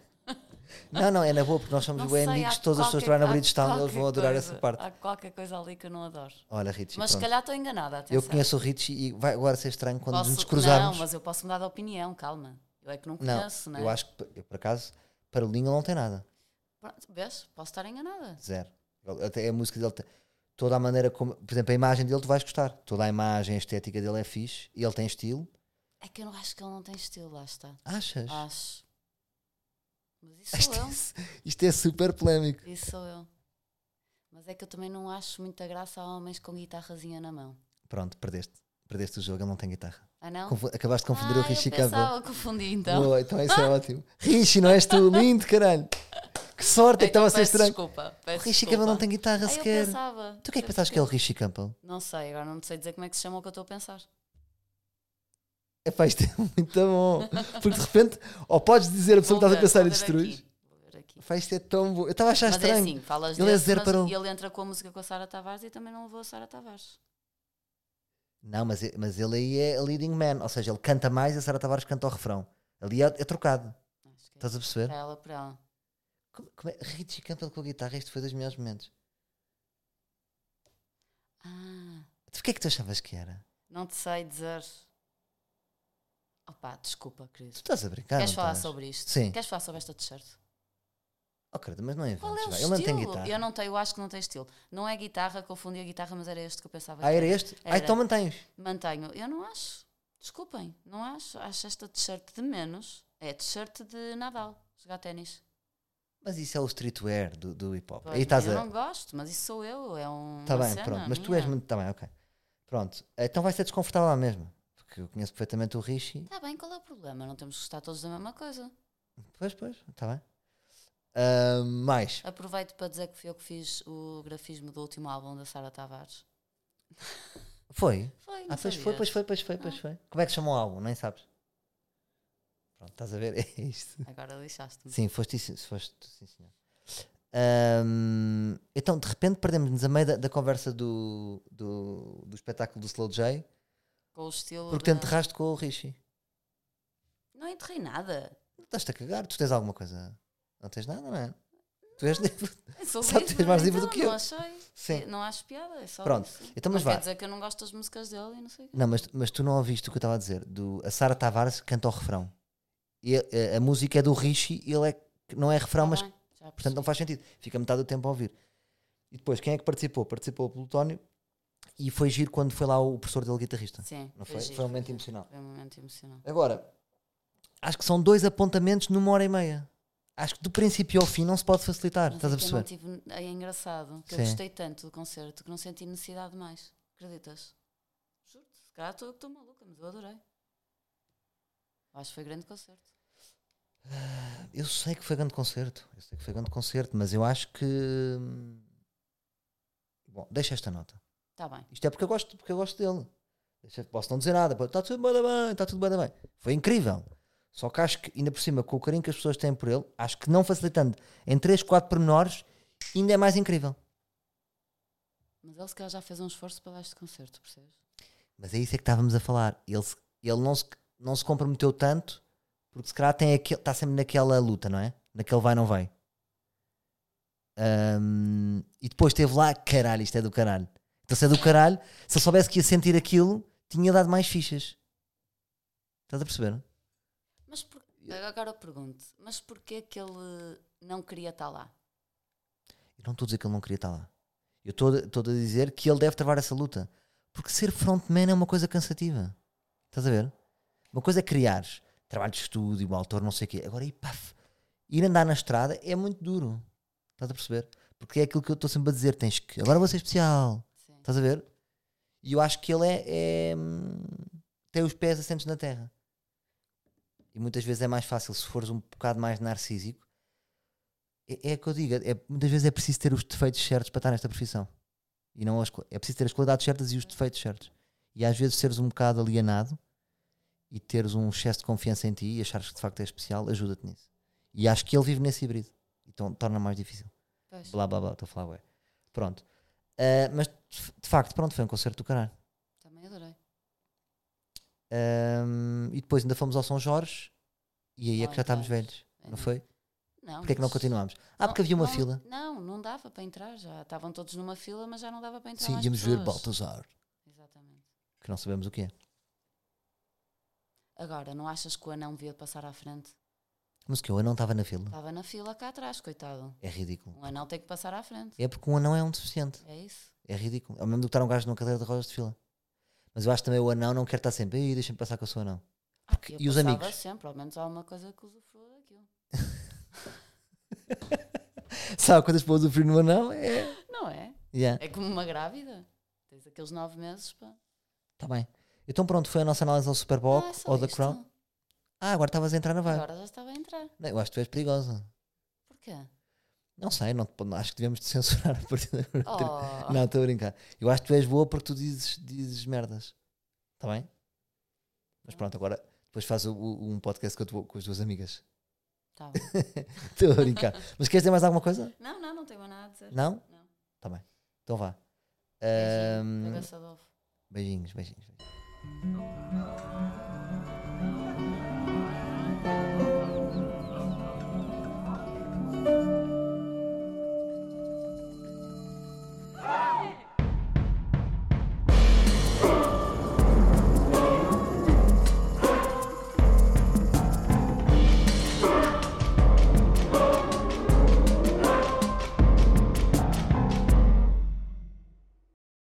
Speaker 1: Não, não, é na boa, porque nós somos
Speaker 2: Ah, não
Speaker 1: bem
Speaker 2: sei,
Speaker 1: amigos,
Speaker 2: há
Speaker 1: todas as pessoas que trabalham na
Speaker 2: qualquer- há
Speaker 1: Bridgestone, eles vão
Speaker 2: qualquer
Speaker 1: adorar
Speaker 2: coisa,
Speaker 1: essa parte.
Speaker 2: Há qualquer coisa ali que eu não adoro.
Speaker 1: Olha, Richie,
Speaker 2: mas se
Speaker 1: pronto.
Speaker 2: calhar estou enganada,
Speaker 1: Eu
Speaker 2: atenção.
Speaker 1: conheço o Richie e vai agora ser estranho quando
Speaker 2: Posso-
Speaker 1: nos cruzarmos.
Speaker 2: Não, mas eu posso mudar de opinião, calma. Eu é que não
Speaker 1: Não,
Speaker 2: conheço, não, é?
Speaker 1: eu acho que, eu, por acaso, para o Linho não tem nada.
Speaker 2: Pronto, Vês? Posso estar enganada.
Speaker 1: Zero. Ele- Até a música dele, tem- toda a maneira como. Por exemplo, a imagem dele tu vais gostar. Toda a imagem, a estética dele é fixe e ele tem estilo.
Speaker 2: É que eu não acho que ele não tem estilo, lá está.
Speaker 1: Achas?
Speaker 2: Acho. Mas isso
Speaker 1: Isto
Speaker 2: sou Ah, eu.
Speaker 1: é, isto é super polémico.
Speaker 2: Isso sou eu. Mas é que eu também não acho muita graça a homens com guitarrazinha na mão.
Speaker 1: Pronto, perdeste. Perdeste o jogo, ele não tem guitarra.
Speaker 2: Ah, não?
Speaker 1: Confu- Acabaste de confundir o
Speaker 2: Ah,
Speaker 1: Richie
Speaker 2: eu
Speaker 1: Campbell.
Speaker 2: pensava, confundi então.
Speaker 1: Boa, então isso é ótimo. Richie, não és tu? Lindo, caralho. Que sorte, é que estava a ser
Speaker 2: peço
Speaker 1: estranho.
Speaker 2: Desculpa,
Speaker 1: O
Speaker 2: peço
Speaker 1: Richie
Speaker 2: desculpa.
Speaker 1: Campbell não tem guitarra
Speaker 2: ah, eu
Speaker 1: sequer.
Speaker 2: pensava.
Speaker 1: Tu o que é que pensaste que é o Richie Campbell?
Speaker 2: Não sei, agora não sei dizer como é que se chama o que eu estou a pensar.
Speaker 1: É pá, isto é muito bom. Porque de repente, ou podes dizer a pessoa que estás
Speaker 2: Vou
Speaker 1: a
Speaker 2: ver,
Speaker 1: pensar
Speaker 2: vou
Speaker 1: e
Speaker 2: ver
Speaker 1: destruís.
Speaker 2: aqui, vou ver aqui.
Speaker 1: Pá, isto é tão bom. Eu estava a achar
Speaker 2: Mas é
Speaker 1: estranho.
Speaker 2: assim, falas
Speaker 1: Ele é
Speaker 2: desse,
Speaker 1: zero
Speaker 2: mas
Speaker 1: para um.
Speaker 2: ele entra com a música com a Sara Tavares e também não levou a Sara Tavares.
Speaker 1: Não, mas, e- mas ele aí é a leading man. Ou seja, ele canta mais e a Sara Tavares canta o refrão. Ali é, é trocado.
Speaker 2: Acho que é
Speaker 1: Estás Tá a perceber?
Speaker 2: para ela, para ela.
Speaker 1: Como, como é? Richie Campbell com a guitarra, isto foi dos melhores momentos.
Speaker 2: Ah,
Speaker 1: Tu o que é que tu achavas que era?
Speaker 2: não te sei dizer. Opa, desculpa, querido.
Speaker 1: Tu estás a brincar?
Speaker 2: Queres
Speaker 1: não
Speaker 2: falar
Speaker 1: estás?
Speaker 2: sobre isto?
Speaker 1: Sim.
Speaker 2: Queres falar sobre esta t-shirt?
Speaker 1: Oh, credo, mas não é
Speaker 2: Qual é o
Speaker 1: Ele
Speaker 2: estilo?
Speaker 1: não tem guitarra.
Speaker 2: Eu não tenho, eu acho que não tem estilo. Não é guitarra, confundi a guitarra, mas era este que eu pensava.
Speaker 1: Ah,
Speaker 2: que
Speaker 1: era este? Ah,
Speaker 2: Era.
Speaker 1: então mantens.
Speaker 2: Mantenho. Eu não acho. Desculpem, não acho. Acho esta t-shirt de menos. É t-shirt de Nadal, jogar ténis.
Speaker 1: Mas isso é o streetwear do, do hip hop.
Speaker 2: Pois,
Speaker 1: Aí estás
Speaker 2: Eu
Speaker 1: a.
Speaker 2: não gosto, mas isso sou eu. É um.
Speaker 1: Está
Speaker 2: uma
Speaker 1: bem,
Speaker 2: cena
Speaker 1: pronto. Mas tu
Speaker 2: minha.
Speaker 1: és muito. Está bem, ok. Pronto. Então vai ser desconfortável lá mesmo. Porque eu conheço perfeitamente o Rishi.
Speaker 2: Está bem, qual é o problema? Não temos que gostar todos da mesma coisa.
Speaker 1: Pois, pois. Está bem. Ah, mais.
Speaker 2: Aproveito para dizer que fui eu que fiz o grafismo do último álbum da Sara Tavares.
Speaker 1: Foi?
Speaker 2: Foi, não
Speaker 1: Ah, pois
Speaker 2: sabias?
Speaker 1: foi, pois foi, pois foi, pois
Speaker 2: Ah.
Speaker 1: foi. Como é que chamou o álbum? Nem sabes. Pronto, estás a ver? É isto.
Speaker 2: Agora deixaste-me.
Speaker 1: Sim, foste isso. Foste, tu, sim, senhor. Ahm, então, de repente, perdemos-nos a meio da, da conversa do, do, do espetáculo do Slow J
Speaker 2: Com o estilo.
Speaker 1: porque te
Speaker 2: da-
Speaker 1: enterraste com o Rishi.
Speaker 2: Não enterrei nada.
Speaker 1: Não estás-te a cagar, tu tens alguma coisa. Não tens nada, não é? Tu és livre.
Speaker 2: Eu sou
Speaker 1: Sabe,
Speaker 2: livre,
Speaker 1: tens mais livre
Speaker 2: então,
Speaker 1: do que eu.
Speaker 2: Não achei.
Speaker 1: Sim.
Speaker 2: Não acho piada. É só
Speaker 1: Pronto,
Speaker 2: isso.
Speaker 1: então, mas
Speaker 2: não
Speaker 1: vá.
Speaker 2: quer dizer que eu não gosto das músicas dele e não sei o quê.
Speaker 1: Não, mas, mas tu não ouviste o que eu estava a dizer. Do, a Sara Tavares canta o refrão. E a, a- a música é do Rishi e ele é, que não é refrão, mas
Speaker 2: Tá bem, já
Speaker 1: portanto
Speaker 2: percebi.
Speaker 1: não faz sentido. Fica metade do tempo a ouvir. E depois, quem é que participou? Participou o Plutónio e foi giro quando foi lá o professor dele guitarrista.
Speaker 2: Sim,
Speaker 1: Não foi?
Speaker 2: giro,
Speaker 1: Foi um momento
Speaker 2: giro.
Speaker 1: emocional.
Speaker 2: Foi um momento emocional.
Speaker 1: Agora, acho que são dois apontamentos numa hora e meia. Acho que do princípio ao fim não se pode facilitar.
Speaker 2: Mas
Speaker 1: Ah, Estás a
Speaker 2: é que eu não
Speaker 1: perceber?
Speaker 2: tive- É engraçado que
Speaker 1: Sim.
Speaker 2: eu gostei tanto do concerto que não senti necessidade de mais. Acreditas? Juro-te. Se calhar estou eu que estou maluca, mas eu adorei. Acho que foi grande concerto.
Speaker 1: Eu sei que foi grande concerto, eu sei que foi grande concerto, mas eu acho que. hum, Bom, deixa esta nota.
Speaker 2: Está Tá bem.
Speaker 1: Isto é porque eu gosto, porque eu gosto dele. Deixa- posso não dizer nada, está tudo bem, bem, está tudo bem, bem. Foi incrível. Só que acho que, ainda por cima, com o carinho que as pessoas têm por ele, acho que não facilitando em 3, 4 pormenores, ainda é mais incrível.
Speaker 2: Mas ele se calhar já fez um esforço para dar este concerto, percebes?
Speaker 1: Mas é isso é que estávamos a falar. Ele, se- ele não, se, não se comprometeu tanto, porque se calhar tem aquele, está sempre naquela luta, não é? Naquele vai, não vai. Ahm, e depois esteve lá, caralho, isto é do caralho. Então se é do caralho, se ele soubesse que ia sentir aquilo, tinha dado mais fichas. Estás a perceber?
Speaker 2: Mas por- agora eu pergunto, mas porquê que ele não queria estar lá?
Speaker 1: Eu não estou a dizer que ele não queria estar lá. Eu estou estou a dizer que ele deve travar essa luta. Porque ser frontman é uma coisa cansativa. Estás a ver? Uma coisa é criares trabalho de estúdio, um autor, não sei o quê. Agora, e paf, ir andar na estrada é muito duro. Estás a perceber? Porque é aquilo que eu estou sempre a dizer. Tens que. Agora vou ser especial.
Speaker 2: Sim.
Speaker 1: Estás a ver? E eu acho que ele é, é, hum, tem os pés assentes na terra. E muitas vezes é mais fácil, se fores um bocado mais narcísico, é, é o que eu digo, é, muitas vezes é preciso ter os defeitos certos para estar nesta profissão. E não as, qua- é preciso ter as qualidades certas e os defeitos certos. E às vezes seres um bocado alienado e teres um excesso de confiança em ti e achares que de facto é especial, ajuda-te nisso. E acho que ele vive nesse híbrido. Então torna mais difícil
Speaker 2: Pois.
Speaker 1: blá blá blá, estou a falar, ué. Pronto. Ah, mas de, de facto, pronto, foi um concerto do caralho.
Speaker 2: Também adorei.
Speaker 1: Ahm, e depois ainda fomos ao São Jorge e aí é
Speaker 2: Ai,
Speaker 1: que já estávamos
Speaker 2: pois.
Speaker 1: velhos,
Speaker 2: É.
Speaker 1: não foi?
Speaker 2: Não,
Speaker 1: Porquê é que não
Speaker 2: mas-
Speaker 1: continuámos? Ah, porque havia uma
Speaker 2: não-
Speaker 1: fila.
Speaker 2: Não, não dava para entrar já. Estavam todos numa fila, mas já não dava para entrar.
Speaker 1: Sim,
Speaker 2: mais
Speaker 1: íamos ver
Speaker 2: pessoas.
Speaker 1: Baltazar,
Speaker 2: Exatamente.
Speaker 1: que não sabemos o que é.
Speaker 2: Agora, não achas que o anão devia passar à frente?
Speaker 1: Mas que eu não estava na fila.
Speaker 2: Estava na fila cá atrás, coitado.
Speaker 1: É ridículo.
Speaker 2: Um anão tem que passar à frente.
Speaker 1: É porque um anão é um deficiente.
Speaker 2: É isso.
Speaker 1: É ridículo. É o mesmo do que estar um gajo numa cadeira de rodas de fila. Mas eu acho também o anão não quer estar sempre. Ei, deixa-me passar que eu sou anão. Porque-
Speaker 2: Eu
Speaker 1: Ah, e os
Speaker 2: passava
Speaker 1: amigos?
Speaker 2: sempre, ao menos há uma coisa que usufrua daquilo.
Speaker 1: Sabe quantas pessoas sofrer no anão? É.
Speaker 2: Não é?
Speaker 1: Yeah.
Speaker 2: É como uma grávida. Tens aqueles nove meses para.
Speaker 1: Tá bem. Então pronto, foi a nossa análise ao Super Bowl
Speaker 2: é só
Speaker 1: ou da
Speaker 2: isto.
Speaker 1: Crown. Ah, agora estavas a entrar na vibe.
Speaker 2: Agora já estava a entrar.
Speaker 1: Não, Eu acho que tu és perigosa.
Speaker 2: Porquê?
Speaker 1: Não sei, não, te- acho que devemos te censurar a partir da agora.
Speaker 2: Oh,
Speaker 1: Não, estou a brincar. Eu acho que tu és boa porque tu dizes, dizes merdas. Está bem? Mas pronto, agora depois faz o- o- um podcast com, a tua- com as tuas amigas.
Speaker 2: tá bem.
Speaker 1: Estou a brincar. Mas queres dizer mais alguma coisa?
Speaker 2: não, não, não tenho mais nada a dizer.
Speaker 1: Não?
Speaker 2: Não.
Speaker 1: Está bem. Então vá.
Speaker 2: Beijinho,
Speaker 1: Ahm,
Speaker 2: cabeça de ovo.
Speaker 1: beijinhos, beijinhos.